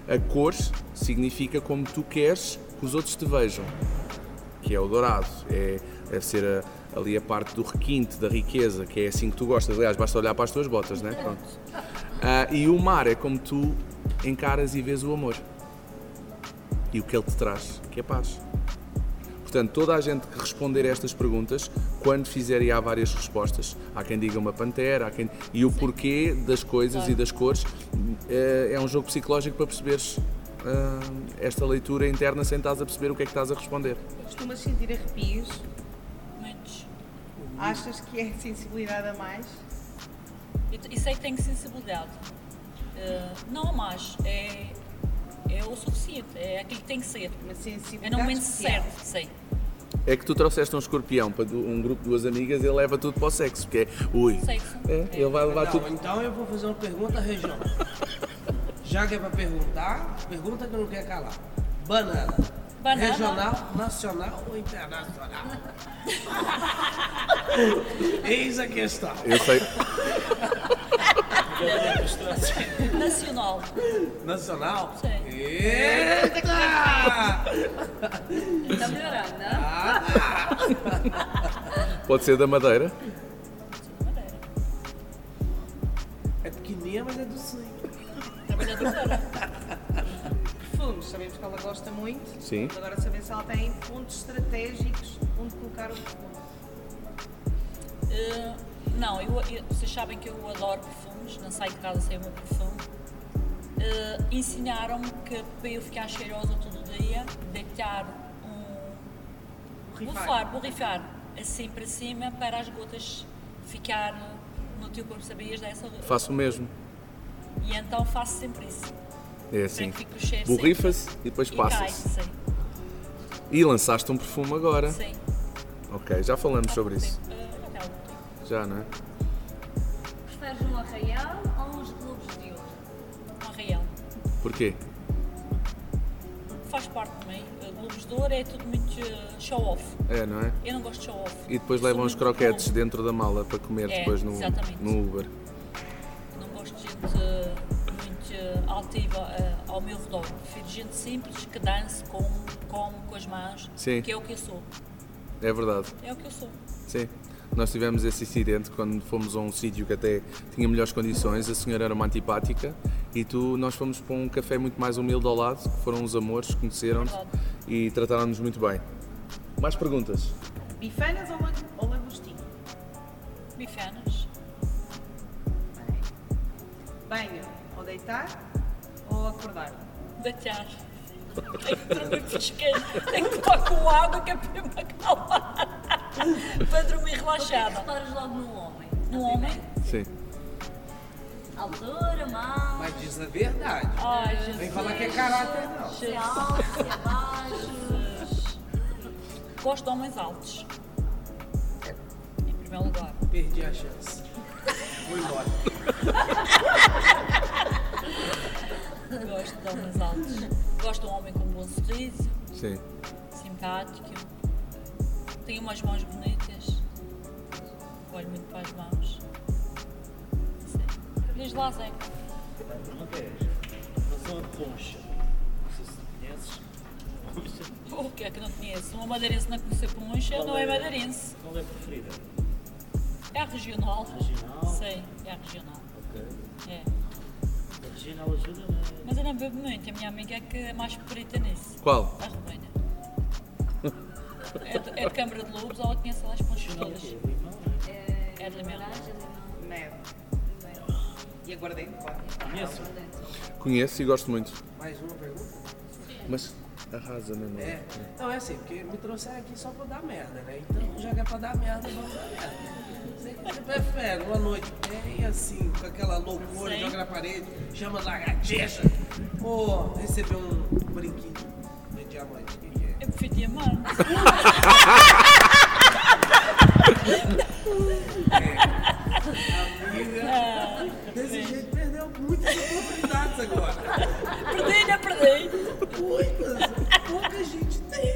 [SPEAKER 1] A cor significa como tu queres que os outros te vejam, que é o dourado, é, é ser a- ali a parte do requinte, da riqueza, que é assim que tu gostas. Aliás, basta olhar para as tuas botas, né? Pronto. Ah, e o mar é como tu encaras e vês o amor. E o que ele te traz, que é paz. Portanto, toda a gente que responder a estas perguntas, quando fizer, e há várias respostas. Há quem diga uma pantera, há quem... e o porquê das coisas e das cores eh, é um jogo psicológico para perceberes ah, esta leitura interna sem estás a perceber o que é que estás a responder.
[SPEAKER 7] Costumas sentir arrepios?
[SPEAKER 3] Muitos.
[SPEAKER 7] Achas que é sensibilidade a mais?
[SPEAKER 3] E, t- e sei é que tenho sensibilidade. Eh, não a mais, é, é o suficiente, é aquilo que tem que ser.
[SPEAKER 7] Uma
[SPEAKER 3] É
[SPEAKER 7] sensibilidade
[SPEAKER 3] no momento
[SPEAKER 7] especial.
[SPEAKER 3] certo, sei.
[SPEAKER 1] É que tu trouxeste um escorpião para du- um grupo de duas amigas e ele leva tudo para o sexo, porque é ui.
[SPEAKER 3] Sexo.
[SPEAKER 1] É, ele vai levar
[SPEAKER 9] Não,
[SPEAKER 1] tudo.
[SPEAKER 9] então eu vou fazer uma pergunta à região. Já que é pra perguntar, pergunta que não quer calar. Banana.
[SPEAKER 3] Banana.
[SPEAKER 9] Regional, nacional ou internacional? Eis a questão.
[SPEAKER 1] Eu sei,
[SPEAKER 3] Nacional.
[SPEAKER 9] Nacional?
[SPEAKER 3] Sim.
[SPEAKER 9] Eita!
[SPEAKER 8] Está melhorando, não?
[SPEAKER 1] pode ser da Madeira.
[SPEAKER 9] É pequenininha, mas é do sangue.
[SPEAKER 7] Perfumes, sabemos que ela gosta muito.
[SPEAKER 1] Sim.
[SPEAKER 7] Agora saber se ela tem pontos estratégicos onde colocar o perfume.
[SPEAKER 3] Eh, não, eu- eu- vocês sabem que eu adoro perfumes, não saio de casa sem o meu perfume. Eh, Ensinaram-me que para eu ficar cheirosa todo dia, deitar um.
[SPEAKER 7] Borrifar.
[SPEAKER 3] borrifar, borrifar, assim para cima, para as gotas ficar no teu corpo, sabias dessa?
[SPEAKER 1] Faço o mesmo.
[SPEAKER 3] E então faço sempre isso.
[SPEAKER 1] É
[SPEAKER 3] Para
[SPEAKER 1] assim.
[SPEAKER 3] que fique o cheiro sempre.
[SPEAKER 1] Borrifa-se e depois
[SPEAKER 3] E
[SPEAKER 1] passa-se.
[SPEAKER 3] cai, sim,
[SPEAKER 1] E lançaste um perfume agora.
[SPEAKER 3] sim.
[SPEAKER 1] Ok, já falamos
[SPEAKER 3] Há
[SPEAKER 1] sobre
[SPEAKER 3] pouco
[SPEAKER 1] isso.
[SPEAKER 3] tempo. Eh, até há pouco tempo.
[SPEAKER 1] Já, não é?
[SPEAKER 8] Preferes um arraial ou uns globos de ouro?
[SPEAKER 3] Um real.
[SPEAKER 1] Porquê?
[SPEAKER 3] Faz parte também. Eh, Globos de ouro é tudo muito eh, show-off.
[SPEAKER 1] É, não é?
[SPEAKER 3] Eu não gosto de show-off.
[SPEAKER 1] E depois
[SPEAKER 3] Sou
[SPEAKER 1] levam os
[SPEAKER 3] muito
[SPEAKER 1] croquetes
[SPEAKER 3] boa.
[SPEAKER 1] dentro da mala para comer
[SPEAKER 3] É,
[SPEAKER 1] depois no,
[SPEAKER 3] exatamente.
[SPEAKER 1] no Uber.
[SPEAKER 3] Não gosto de gente eh, muito eh, altiva eh, ao meu redor. Prefiro gente simples que dance, come, come com as mãos,
[SPEAKER 1] Sim.
[SPEAKER 3] que é o que eu sou.
[SPEAKER 1] É verdade.
[SPEAKER 3] É o que eu sou.
[SPEAKER 1] Sim. Nós tivemos esse incidente quando fomos a um sítio que até tinha melhores condições, a senhora era uma antipática e tu, nós fomos para um café muito mais humilde ao lado, que foram os amores, conheceram-nos
[SPEAKER 3] Verdade.
[SPEAKER 1] e trataram-nos muito bem. Mais perguntas?
[SPEAKER 7] Bifanas ou, lag- ou lagostinho?
[SPEAKER 3] Bifanas,
[SPEAKER 7] Banho ou deitar ou acordar?
[SPEAKER 3] deitar. Tenho que dormir pesqueiro, tenho que tomar com água que é para me acalmar. para dormir relaxada.
[SPEAKER 8] Reparas logo no homem. Assim,
[SPEAKER 3] No homem,
[SPEAKER 1] Sim.
[SPEAKER 8] Altura, mão,
[SPEAKER 9] Mas diz a verdade.
[SPEAKER 3] ai, Jesus.
[SPEAKER 9] Vem falar que é caráter, não.
[SPEAKER 8] se alto, se abaixo.
[SPEAKER 3] Gosto de homens altos. Em primeiro lugar.
[SPEAKER 9] Perdi a chance. Vou embora.
[SPEAKER 3] Gosto de homens altos. Gosto de um homem com um bom sorriso,
[SPEAKER 1] Sim.
[SPEAKER 3] simpático. Tem umas mãos bonitas. Olho muito para as mãos. Sim. Diz lá, Zé.
[SPEAKER 5] Pergunta é esta. Mas uma concha, não sei se conheces, concha,
[SPEAKER 3] O que é que não conheço? Uma madeirense não conhecer puncha, não é madeirense.
[SPEAKER 5] qual é a preferida?
[SPEAKER 3] É a regional.
[SPEAKER 5] Regional.
[SPEAKER 3] Sim, é a regional.
[SPEAKER 5] Ok.
[SPEAKER 3] É.
[SPEAKER 5] A regional ajuda, né?
[SPEAKER 3] Mas eu não bebo muito, a minha amiga é que é mais perita nisso.
[SPEAKER 1] Qual?
[SPEAKER 3] A Romana. É de, é de Câmara de Lobos, ela conhece lá as pontas
[SPEAKER 5] Regional é o
[SPEAKER 3] todas.
[SPEAKER 5] quê? Limão, né?
[SPEAKER 3] É de Limão.
[SPEAKER 8] Laranja, limão.
[SPEAKER 7] Mel. Né? E aguardente, claro.
[SPEAKER 5] Conheço.
[SPEAKER 1] Conheço e gosto muito.
[SPEAKER 9] Mais uma pergunta?
[SPEAKER 1] Mas arrasa, não
[SPEAKER 9] É.
[SPEAKER 1] é?
[SPEAKER 9] Não, é assim, porque me trouxeram aqui só pra dar merda, né? Então, já que é pra dar merda, vamos dar merda. Você, você prefere uma noite bem assim, com aquela loucura,
[SPEAKER 3] Sim.
[SPEAKER 9] joga na parede, chama lagartixa, ou receber um brinquinho de diamante? O que que é?
[SPEAKER 3] Eu prefiro diamante.
[SPEAKER 9] Amiga, é? desse jeito perdeu muitas oportunidades agora.
[SPEAKER 3] Perdi, não perdi.
[SPEAKER 9] Muitas, pouca gente tem.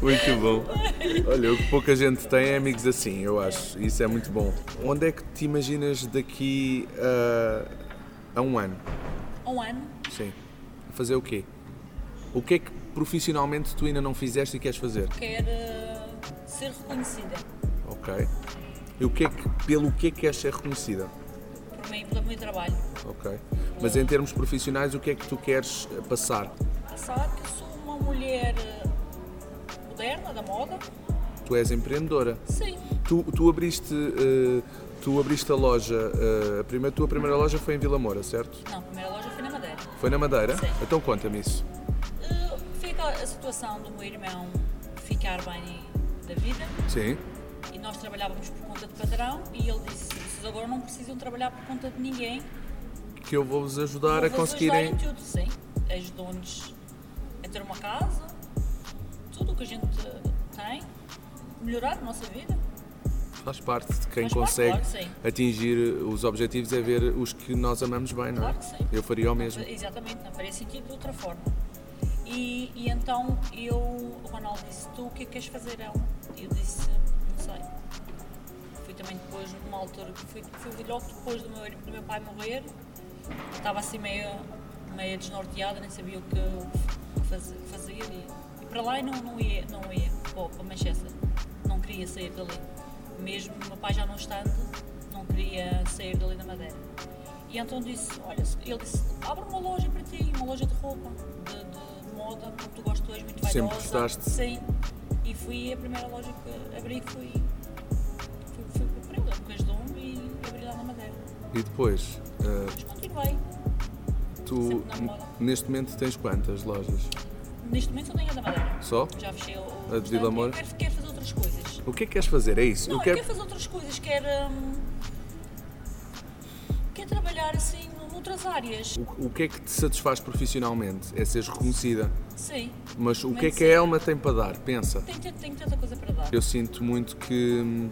[SPEAKER 1] Muito bom. Olha, o que pouca gente tem é amigos assim, eu acho. Isso é muito bom. Onde é que te imaginas daqui a, a um ano?
[SPEAKER 3] Um ano.
[SPEAKER 1] Sim. Fazer o quê? O que é que profissionalmente tu ainda não fizeste e queres fazer?
[SPEAKER 3] Quero eh, é ser reconhecida
[SPEAKER 1] Ok. E o que é que, pelo que é que queres ser reconhecida?
[SPEAKER 3] por mim, pelo meu trabalho.
[SPEAKER 1] Ok. Mas em termos profissionais, o que é que tu queres eh, passar?
[SPEAKER 3] Passar que sou uma uma mulher eh, moderna, da moda.
[SPEAKER 1] Tu és empreendedora.
[SPEAKER 3] Sim.
[SPEAKER 1] Tu, tu abriste. eh, tu abriste a loja. eh, a, primeira, tua primeira loja foi em Vila Moura, certo?
[SPEAKER 3] Não, a primeira loja foi na Madeira.
[SPEAKER 1] Foi na Madeira?
[SPEAKER 3] Sim.
[SPEAKER 1] Então conta-me isso.
[SPEAKER 3] Eh, Fica a situação do meu irmão ficar bem da vida
[SPEAKER 1] Sim.
[SPEAKER 3] e nós trabalhávamos por conta de padrão e ele disse, vocês agora não precisam trabalhar por conta de ninguém.
[SPEAKER 1] Que eu vou-vos ajudar a
[SPEAKER 3] Vou-vos ajudar
[SPEAKER 1] conseguirem.
[SPEAKER 3] em tudo, sim. Ajudou-nos a É ter uma casa, tudo o que a gente eh, tem, melhorar a nossa vida.
[SPEAKER 1] Faz parte de quem
[SPEAKER 3] Faz parte,
[SPEAKER 1] consegue
[SPEAKER 3] claro que sim.
[SPEAKER 1] atingir os objetivos é ver os que nós amamos bem, não é?
[SPEAKER 3] Claro que sim.
[SPEAKER 1] Eu faria o mesmo.
[SPEAKER 3] Exatamente, não faria sentido de outra forma. E, e então eu, o Ronaldo disse, tu o que é que queres fazer, Elma? Eu disse, não sei. Fui também depois, numa altura, que fui, fui logo depois do meu, do meu pai morrer, eu estava assim meio, meio desnorteada, nem sabia o que faz- fazer. E, e para lá eu não, não ia, não ia pô, para Manchester, não queria sair dali. Mesmo o meu pai já não estando, não queria sair dali da Madeira. E então disse, olha, ele disse, abre uma loja para ti, uma loja de roupa, de, de moda, porque tu gostas, tu és muito
[SPEAKER 1] Sempre
[SPEAKER 3] vaidosa.
[SPEAKER 1] gostaste.
[SPEAKER 3] Sim. E fui a primeira loja que abri, fui, fui, fui para Pereira, porque ajudou-me um e abri lá na Madeira.
[SPEAKER 1] E depois, eh,
[SPEAKER 3] Mas continuei.
[SPEAKER 1] tu
[SPEAKER 3] Sempre na moda.
[SPEAKER 1] neste momento tens quantas lojas?
[SPEAKER 3] Neste momento eu tenho a da Madeira.
[SPEAKER 1] Só?
[SPEAKER 3] Já fechei o. o
[SPEAKER 1] A de Vila
[SPEAKER 3] restaurante.
[SPEAKER 1] Moura?
[SPEAKER 3] Eu Quero, quero fazer outras coisas.
[SPEAKER 1] O que é que queres fazer? É isso?
[SPEAKER 3] Não,
[SPEAKER 1] eu quero.
[SPEAKER 3] fazer outras coisas. Quero. hum, quero trabalhar assim noutras áreas.
[SPEAKER 1] O, o que é que te satisfaz profissionalmente? É seres reconhecida.
[SPEAKER 3] Sim.
[SPEAKER 1] Mas o
[SPEAKER 3] Mas
[SPEAKER 1] que é que a
[SPEAKER 3] sim.
[SPEAKER 1] Elma tem para dar? Pensa.
[SPEAKER 3] Tenho, tanto- tenho tanta coisa para dar.
[SPEAKER 1] Eu sinto muito que,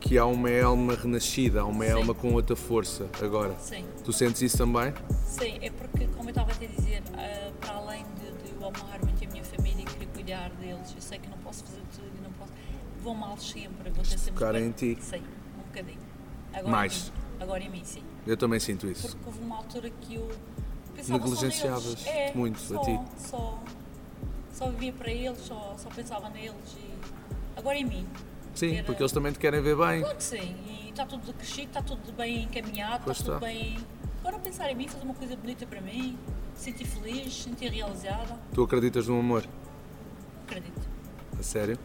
[SPEAKER 1] que há uma Elma renascida, há uma
[SPEAKER 3] Sim.
[SPEAKER 1] Elma com outra força agora.
[SPEAKER 3] Sim.
[SPEAKER 1] Tu sentes isso também?
[SPEAKER 3] Sim, é porque, como eu estava a te dizer, ah, para além de, de eu amar muito a minha família e querer cuidar deles, eu sei que não posso fazer tudo e não posso. Vou mal sempre, vou ter sempre.
[SPEAKER 1] Focar em ti.
[SPEAKER 3] Sim, um bocadinho. Agora
[SPEAKER 1] Mais.
[SPEAKER 3] Em mim. Agora em mim, sim.
[SPEAKER 1] Eu também sinto isso.
[SPEAKER 3] Porque houve uma altura que eu pensava só
[SPEAKER 1] Negligenciavas
[SPEAKER 3] neles. É,
[SPEAKER 1] muito a
[SPEAKER 3] só,
[SPEAKER 1] ti.
[SPEAKER 3] Só, só vivia para eles, só, só pensava neles. E... Agora em mim.
[SPEAKER 1] Sim,
[SPEAKER 3] Era-
[SPEAKER 1] porque eles também te querem ver bem.
[SPEAKER 3] Claro que sim. E está tudo crescido, está tudo bem encaminhado,
[SPEAKER 1] Pois
[SPEAKER 3] está
[SPEAKER 1] está.
[SPEAKER 3] tudo bem. Agora pensar em mim, fazer uma coisa bonita para mim, sentir feliz, sentir realizada.
[SPEAKER 1] Tu acreditas no amor?
[SPEAKER 3] Acredito,
[SPEAKER 1] A sério?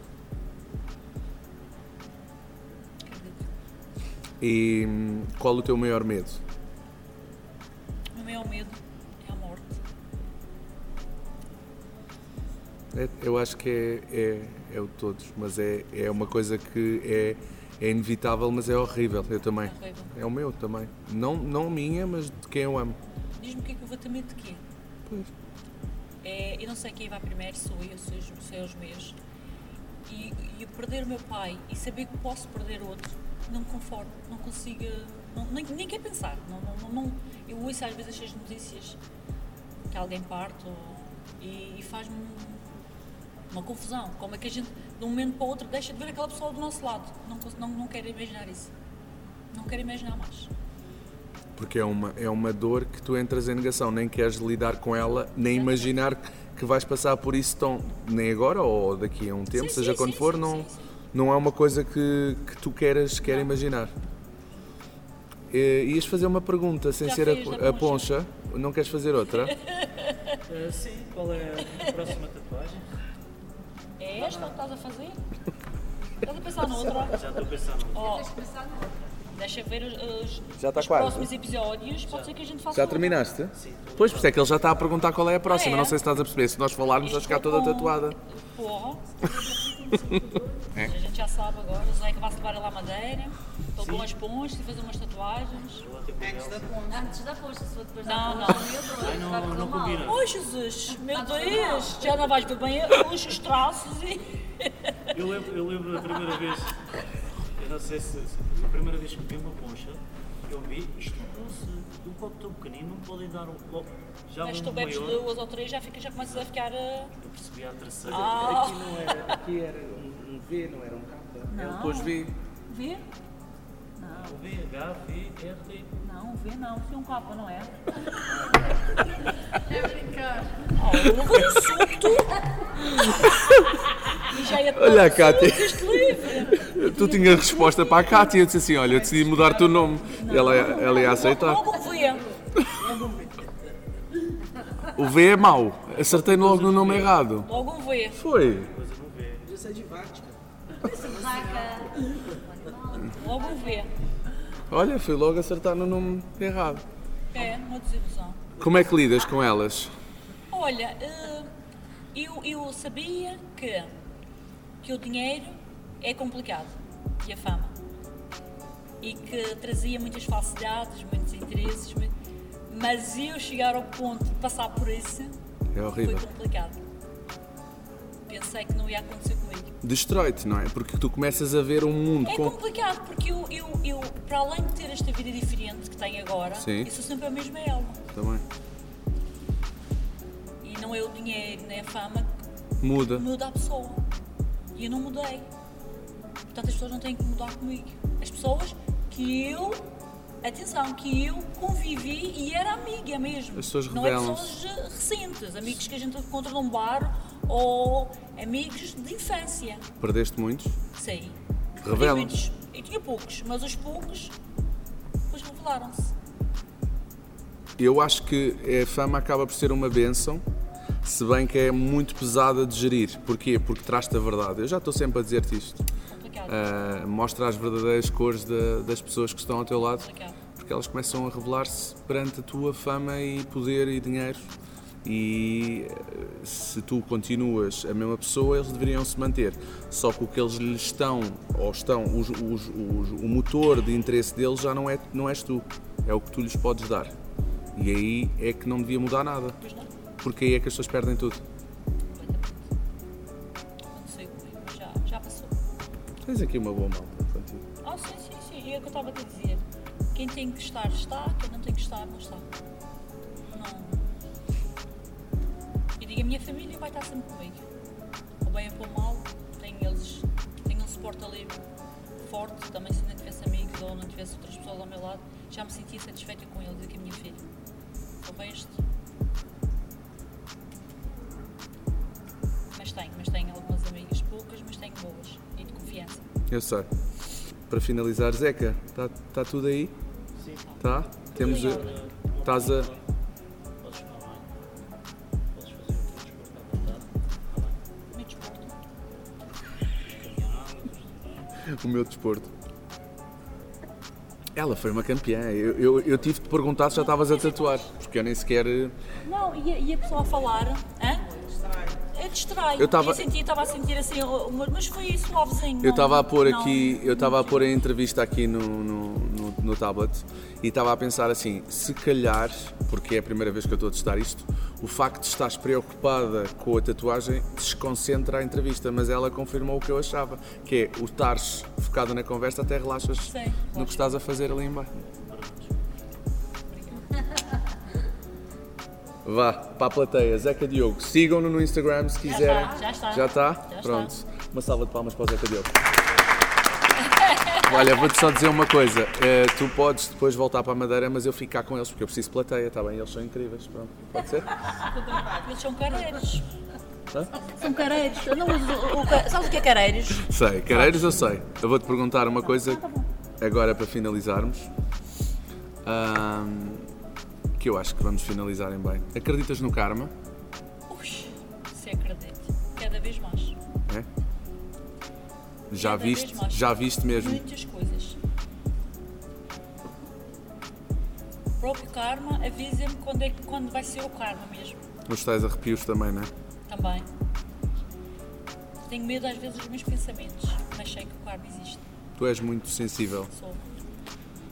[SPEAKER 3] acredito.
[SPEAKER 1] E hum, qual o teu maior medo?
[SPEAKER 3] O meu medo é a morte.
[SPEAKER 1] É- eu acho que é, é, é o de todos, mas é, é uma coisa que é, é inevitável, mas é horrível. Eu também.
[SPEAKER 3] É horrível.
[SPEAKER 1] É o meu também. Não, não minha, mas de quem eu amo.
[SPEAKER 3] Diz-me o que é que eu vou ter medo de quê?
[SPEAKER 1] Pois.
[SPEAKER 3] É, eu não sei quem vai primeiro, sou eu, sou os, sou os meus. E, e eu perder o meu pai e saber que posso perder outro, não me conformo, não consigo, não- nem, nem quero pensar. Não, não, não, não- eu ouço às vezes estas notícias que alguém parte ou- e, e faz-me uma confusão. Como é que a gente, de um momento para o outro, deixa de ver aquela pessoa do nosso lado? Não, cons- não, não quero imaginar isso. Não quero imaginar mais.
[SPEAKER 1] Porque é uma, é uma dor que tu entras em negação, nem queres lidar com ela, nem imaginar que vais passar por isso tão. nem agora ou daqui a um tempo,
[SPEAKER 3] Sim,
[SPEAKER 1] seja
[SPEAKER 3] sim,
[SPEAKER 1] quando
[SPEAKER 3] sim,
[SPEAKER 1] for,
[SPEAKER 3] sim,
[SPEAKER 1] não,
[SPEAKER 3] sim, sim.
[SPEAKER 1] não é uma coisa que, que tu queres quer imaginar. Eh, ias fazer uma pergunta sem
[SPEAKER 3] Já
[SPEAKER 1] ser a,
[SPEAKER 3] fiz
[SPEAKER 1] po-
[SPEAKER 3] da
[SPEAKER 1] a poncha. não queres fazer outra?
[SPEAKER 5] Ah, sim, qual é a próxima tatuagem?
[SPEAKER 3] É esta que estás a fazer? Estás a pensar noutra?
[SPEAKER 5] Já estou a pensar num.
[SPEAKER 3] Oh, deixa ver os, os-
[SPEAKER 1] Já tá
[SPEAKER 3] os
[SPEAKER 1] quase.
[SPEAKER 3] próximos episódios, pode ser que a gente faça um.
[SPEAKER 1] Já
[SPEAKER 3] outra.
[SPEAKER 1] terminaste? Pois, por isso é que ele já está a perguntar qual é a próxima,
[SPEAKER 3] Ah, é?
[SPEAKER 1] não sei se estás a perceber. Se nós falarmos, vais ficar toda
[SPEAKER 3] Com-
[SPEAKER 1] tatuada. É.
[SPEAKER 3] Porra. A gente já sabe agora, o Zeca vai se levar lá à Madeira, estou com as pontes e fazer umas tatuagens.
[SPEAKER 8] Antes da posta, se for depois da
[SPEAKER 3] Não, não.
[SPEAKER 8] posta, meu Deus,
[SPEAKER 5] Ai,
[SPEAKER 8] vai
[SPEAKER 5] não,
[SPEAKER 8] correr
[SPEAKER 5] não
[SPEAKER 8] mal.
[SPEAKER 5] combina.
[SPEAKER 3] Oh Jesus, meu Deus, já não vais ver bem os, os traços e...
[SPEAKER 5] Eu lembro, eu lembro da primeira vez, eu não sei se, se- a primeira vez que vi uma poncha, eu vi, isto não se, de um copo tão pequenino não podem dar um copo, já
[SPEAKER 3] Mas tu
[SPEAKER 5] um
[SPEAKER 3] bebes
[SPEAKER 5] maior, eu
[SPEAKER 3] duas ou três, já, fica, já começas a ficar... eh,
[SPEAKER 5] percebi à terceira.
[SPEAKER 3] Ah,
[SPEAKER 9] Não era, aqui era um, um V, não era um K.
[SPEAKER 3] não.
[SPEAKER 1] Depois vi.
[SPEAKER 3] Vê?
[SPEAKER 5] V, H, V, R, D.
[SPEAKER 3] Não, vê não, foi um copo, não é?
[SPEAKER 7] É brincar.
[SPEAKER 3] Houve um surto. E já ia tomar
[SPEAKER 1] Olha a
[SPEAKER 3] um
[SPEAKER 1] Cátia.
[SPEAKER 3] surto, este livro.
[SPEAKER 1] Tu tinhas resposta para a Cátia, eu disse assim: olha, eu decidi mudar-te o Tá.
[SPEAKER 3] um
[SPEAKER 1] nome. Ela, ela ia aceitar.
[SPEAKER 3] Logo via.
[SPEAKER 1] O V é mau. Acertei logo no nome errado.
[SPEAKER 3] Logo um V.
[SPEAKER 1] Foi.
[SPEAKER 9] Podia ser de Vática.
[SPEAKER 8] Vaca.
[SPEAKER 3] Logo um V.
[SPEAKER 1] Olha, fui logo acertar no nome errado.
[SPEAKER 3] É, uma desilusão.
[SPEAKER 1] Como é que lidas com elas?
[SPEAKER 3] Olha, eh, eu, eu sabia que, que o dinheiro é complicado e a fama. E que trazia muitas falsidades, muitos interesses, mu- mas eu chegar ao ponto de passar por isso
[SPEAKER 1] É
[SPEAKER 3] foi
[SPEAKER 1] horrível.
[SPEAKER 3] complicado. Pensei que não ia acontecer comigo.
[SPEAKER 1] Destrói-te, não é? Porque tu começas a ver um mundo
[SPEAKER 3] É
[SPEAKER 1] com.
[SPEAKER 3] complicado porque eu, eu, eu, para além de ter esta vida diferente que tenho agora,
[SPEAKER 1] Sim.
[SPEAKER 3] eu sou sempre a mesma Elma.
[SPEAKER 1] Também.
[SPEAKER 3] E não é o dinheiro nem a fama
[SPEAKER 1] Muda.
[SPEAKER 3] que muda a pessoa. E eu não mudei. Portanto, as pessoas não têm que mudar comigo. As pessoas que eu, atenção, que eu convivi e era amiga mesmo.
[SPEAKER 1] As pessoas
[SPEAKER 3] não é
[SPEAKER 1] revelam-se.
[SPEAKER 3] pessoas eh, recentes, amigos que a gente encontra num bar ou amigos de infância.
[SPEAKER 1] Perdeste muitos.
[SPEAKER 3] Sim.
[SPEAKER 1] Revelam.
[SPEAKER 3] Límites. Eu tinha poucos, mas os poucos depois revelaram-se.
[SPEAKER 1] Eu acho que a fama acaba por ser uma benção, se bem que é muito pesada de gerir. Porquê? Porque traz-te a verdade. Eu já estou sempre a dizer-te isto.
[SPEAKER 3] Complicado.
[SPEAKER 1] Ah, mostra as verdadeiras cores da- das pessoas que estão ao teu lado,
[SPEAKER 3] Complicado.
[SPEAKER 1] porque elas começam a revelar-se perante a tua fama e poder e dinheiro. E eh, se tu continuas a mesma pessoa, eles deveriam se manter. Só que o que eles lhes estão, ou estão, os- os- os- o motor de interesse deles já não, é, não és tu, é o que tu lhes podes dar. E aí é que não devia mudar nada,
[SPEAKER 3] Pois não,
[SPEAKER 1] porque aí é que as pessoas perdem tudo.
[SPEAKER 3] completamente. Aconteceu comigo, mas já, já passou.
[SPEAKER 1] Tens aqui uma boa malta contigo.
[SPEAKER 3] Ah, sim, sim, sim. E é o que eu estava a te dizer. Quem tem que estar, está. Quem não tem que estar, não está. Não. E digo, a minha família vai estar sempre comigo. Ou bem ou para mal, tenho eles, tenho um suporte ali forte. Também se não tivesse amigos ou não tivesse outras pessoas ao meu lado, já me sentia satisfeita com eles e com a minha filha. Então, O resto. Mas tenho, mas tenho algumas amigas poucas, mas tenho boas e de confiança.
[SPEAKER 1] Eu sei. Para finalizar, Zeca, está tá tudo aí?
[SPEAKER 5] Sim.
[SPEAKER 1] Tá? Temos. a- Estás a.
[SPEAKER 5] Podes ficar bem. Podes fazer o teu desporto à vontade.
[SPEAKER 3] Muito desporto.
[SPEAKER 1] o meu desporto. Ela foi uma campeã. Eu, eu, eu tive de perguntar se já estavas a tatuar, porque eu nem sequer. eh,
[SPEAKER 3] Não, e a, e a pessoa a falar, hã? Eu distrai.
[SPEAKER 1] Eu tava-
[SPEAKER 3] Eu senti, estava a sentir assim, o- o- mas foi isso, lovezinho.
[SPEAKER 1] Eu
[SPEAKER 3] não-
[SPEAKER 1] estava a pôr
[SPEAKER 3] não-
[SPEAKER 1] aqui, eu estava a pôr a entrevista aqui no, no, no- no tablet e estava a pensar assim, se calhar, porque é a primeira vez que eu estou a testar isto, o facto de estás preocupada com a tatuagem desconcentra a entrevista, mas ela confirmou o que eu achava, que é o estares focado na conversa até relaxas no
[SPEAKER 3] Sim, claro.
[SPEAKER 1] que estás a fazer ali embaixo. Vá, para a plateia, Zeca Diogo. Sigam-no no Instagram se quiserem.
[SPEAKER 3] está, já está.
[SPEAKER 1] Já está?
[SPEAKER 3] Já está.
[SPEAKER 1] Pronto. Uma salva de palmas para o Zeca Diogo. Olha, vou-te só dizer uma coisa. Eh, tu podes depois voltar para a Madeira, mas eu ficar com eles, porque eu preciso de plateia, está bem? Eles são incríveis. Pronto, pode ser?
[SPEAKER 3] Eles são careiros. São careiros. Eu não uso o, o, ca- sabes o que é careiros?
[SPEAKER 1] Sei, careiros eu sei. Eu vou-te perguntar uma coisa
[SPEAKER 3] Tá
[SPEAKER 1] agora para finalizarmos. Ahm, que eu acho que vamos finalizarem bem. Acreditas no karma?
[SPEAKER 3] Ux, se acredito. Cada vez mais.
[SPEAKER 1] É? Já
[SPEAKER 3] Cada vez
[SPEAKER 1] viste?
[SPEAKER 3] mais.
[SPEAKER 1] Já viste mesmo?
[SPEAKER 3] Muitas coisas. O próprio karma avisa-me quando, é, que- quando vai ser o karma mesmo.
[SPEAKER 1] Os tais arrepios também, não é?
[SPEAKER 3] Também. Tenho medo às vezes dos meus pensamentos, mas sei que o karma existe.
[SPEAKER 1] Tu és muito sensível.
[SPEAKER 3] Sou.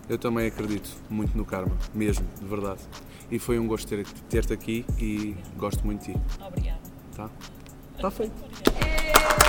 [SPEAKER 1] Eu também acredito muito no karma, mesmo, de verdade. E foi um gosto ter- ter-te aqui e gosto muito de ti,
[SPEAKER 3] Obrigada.
[SPEAKER 1] tá? Está feito.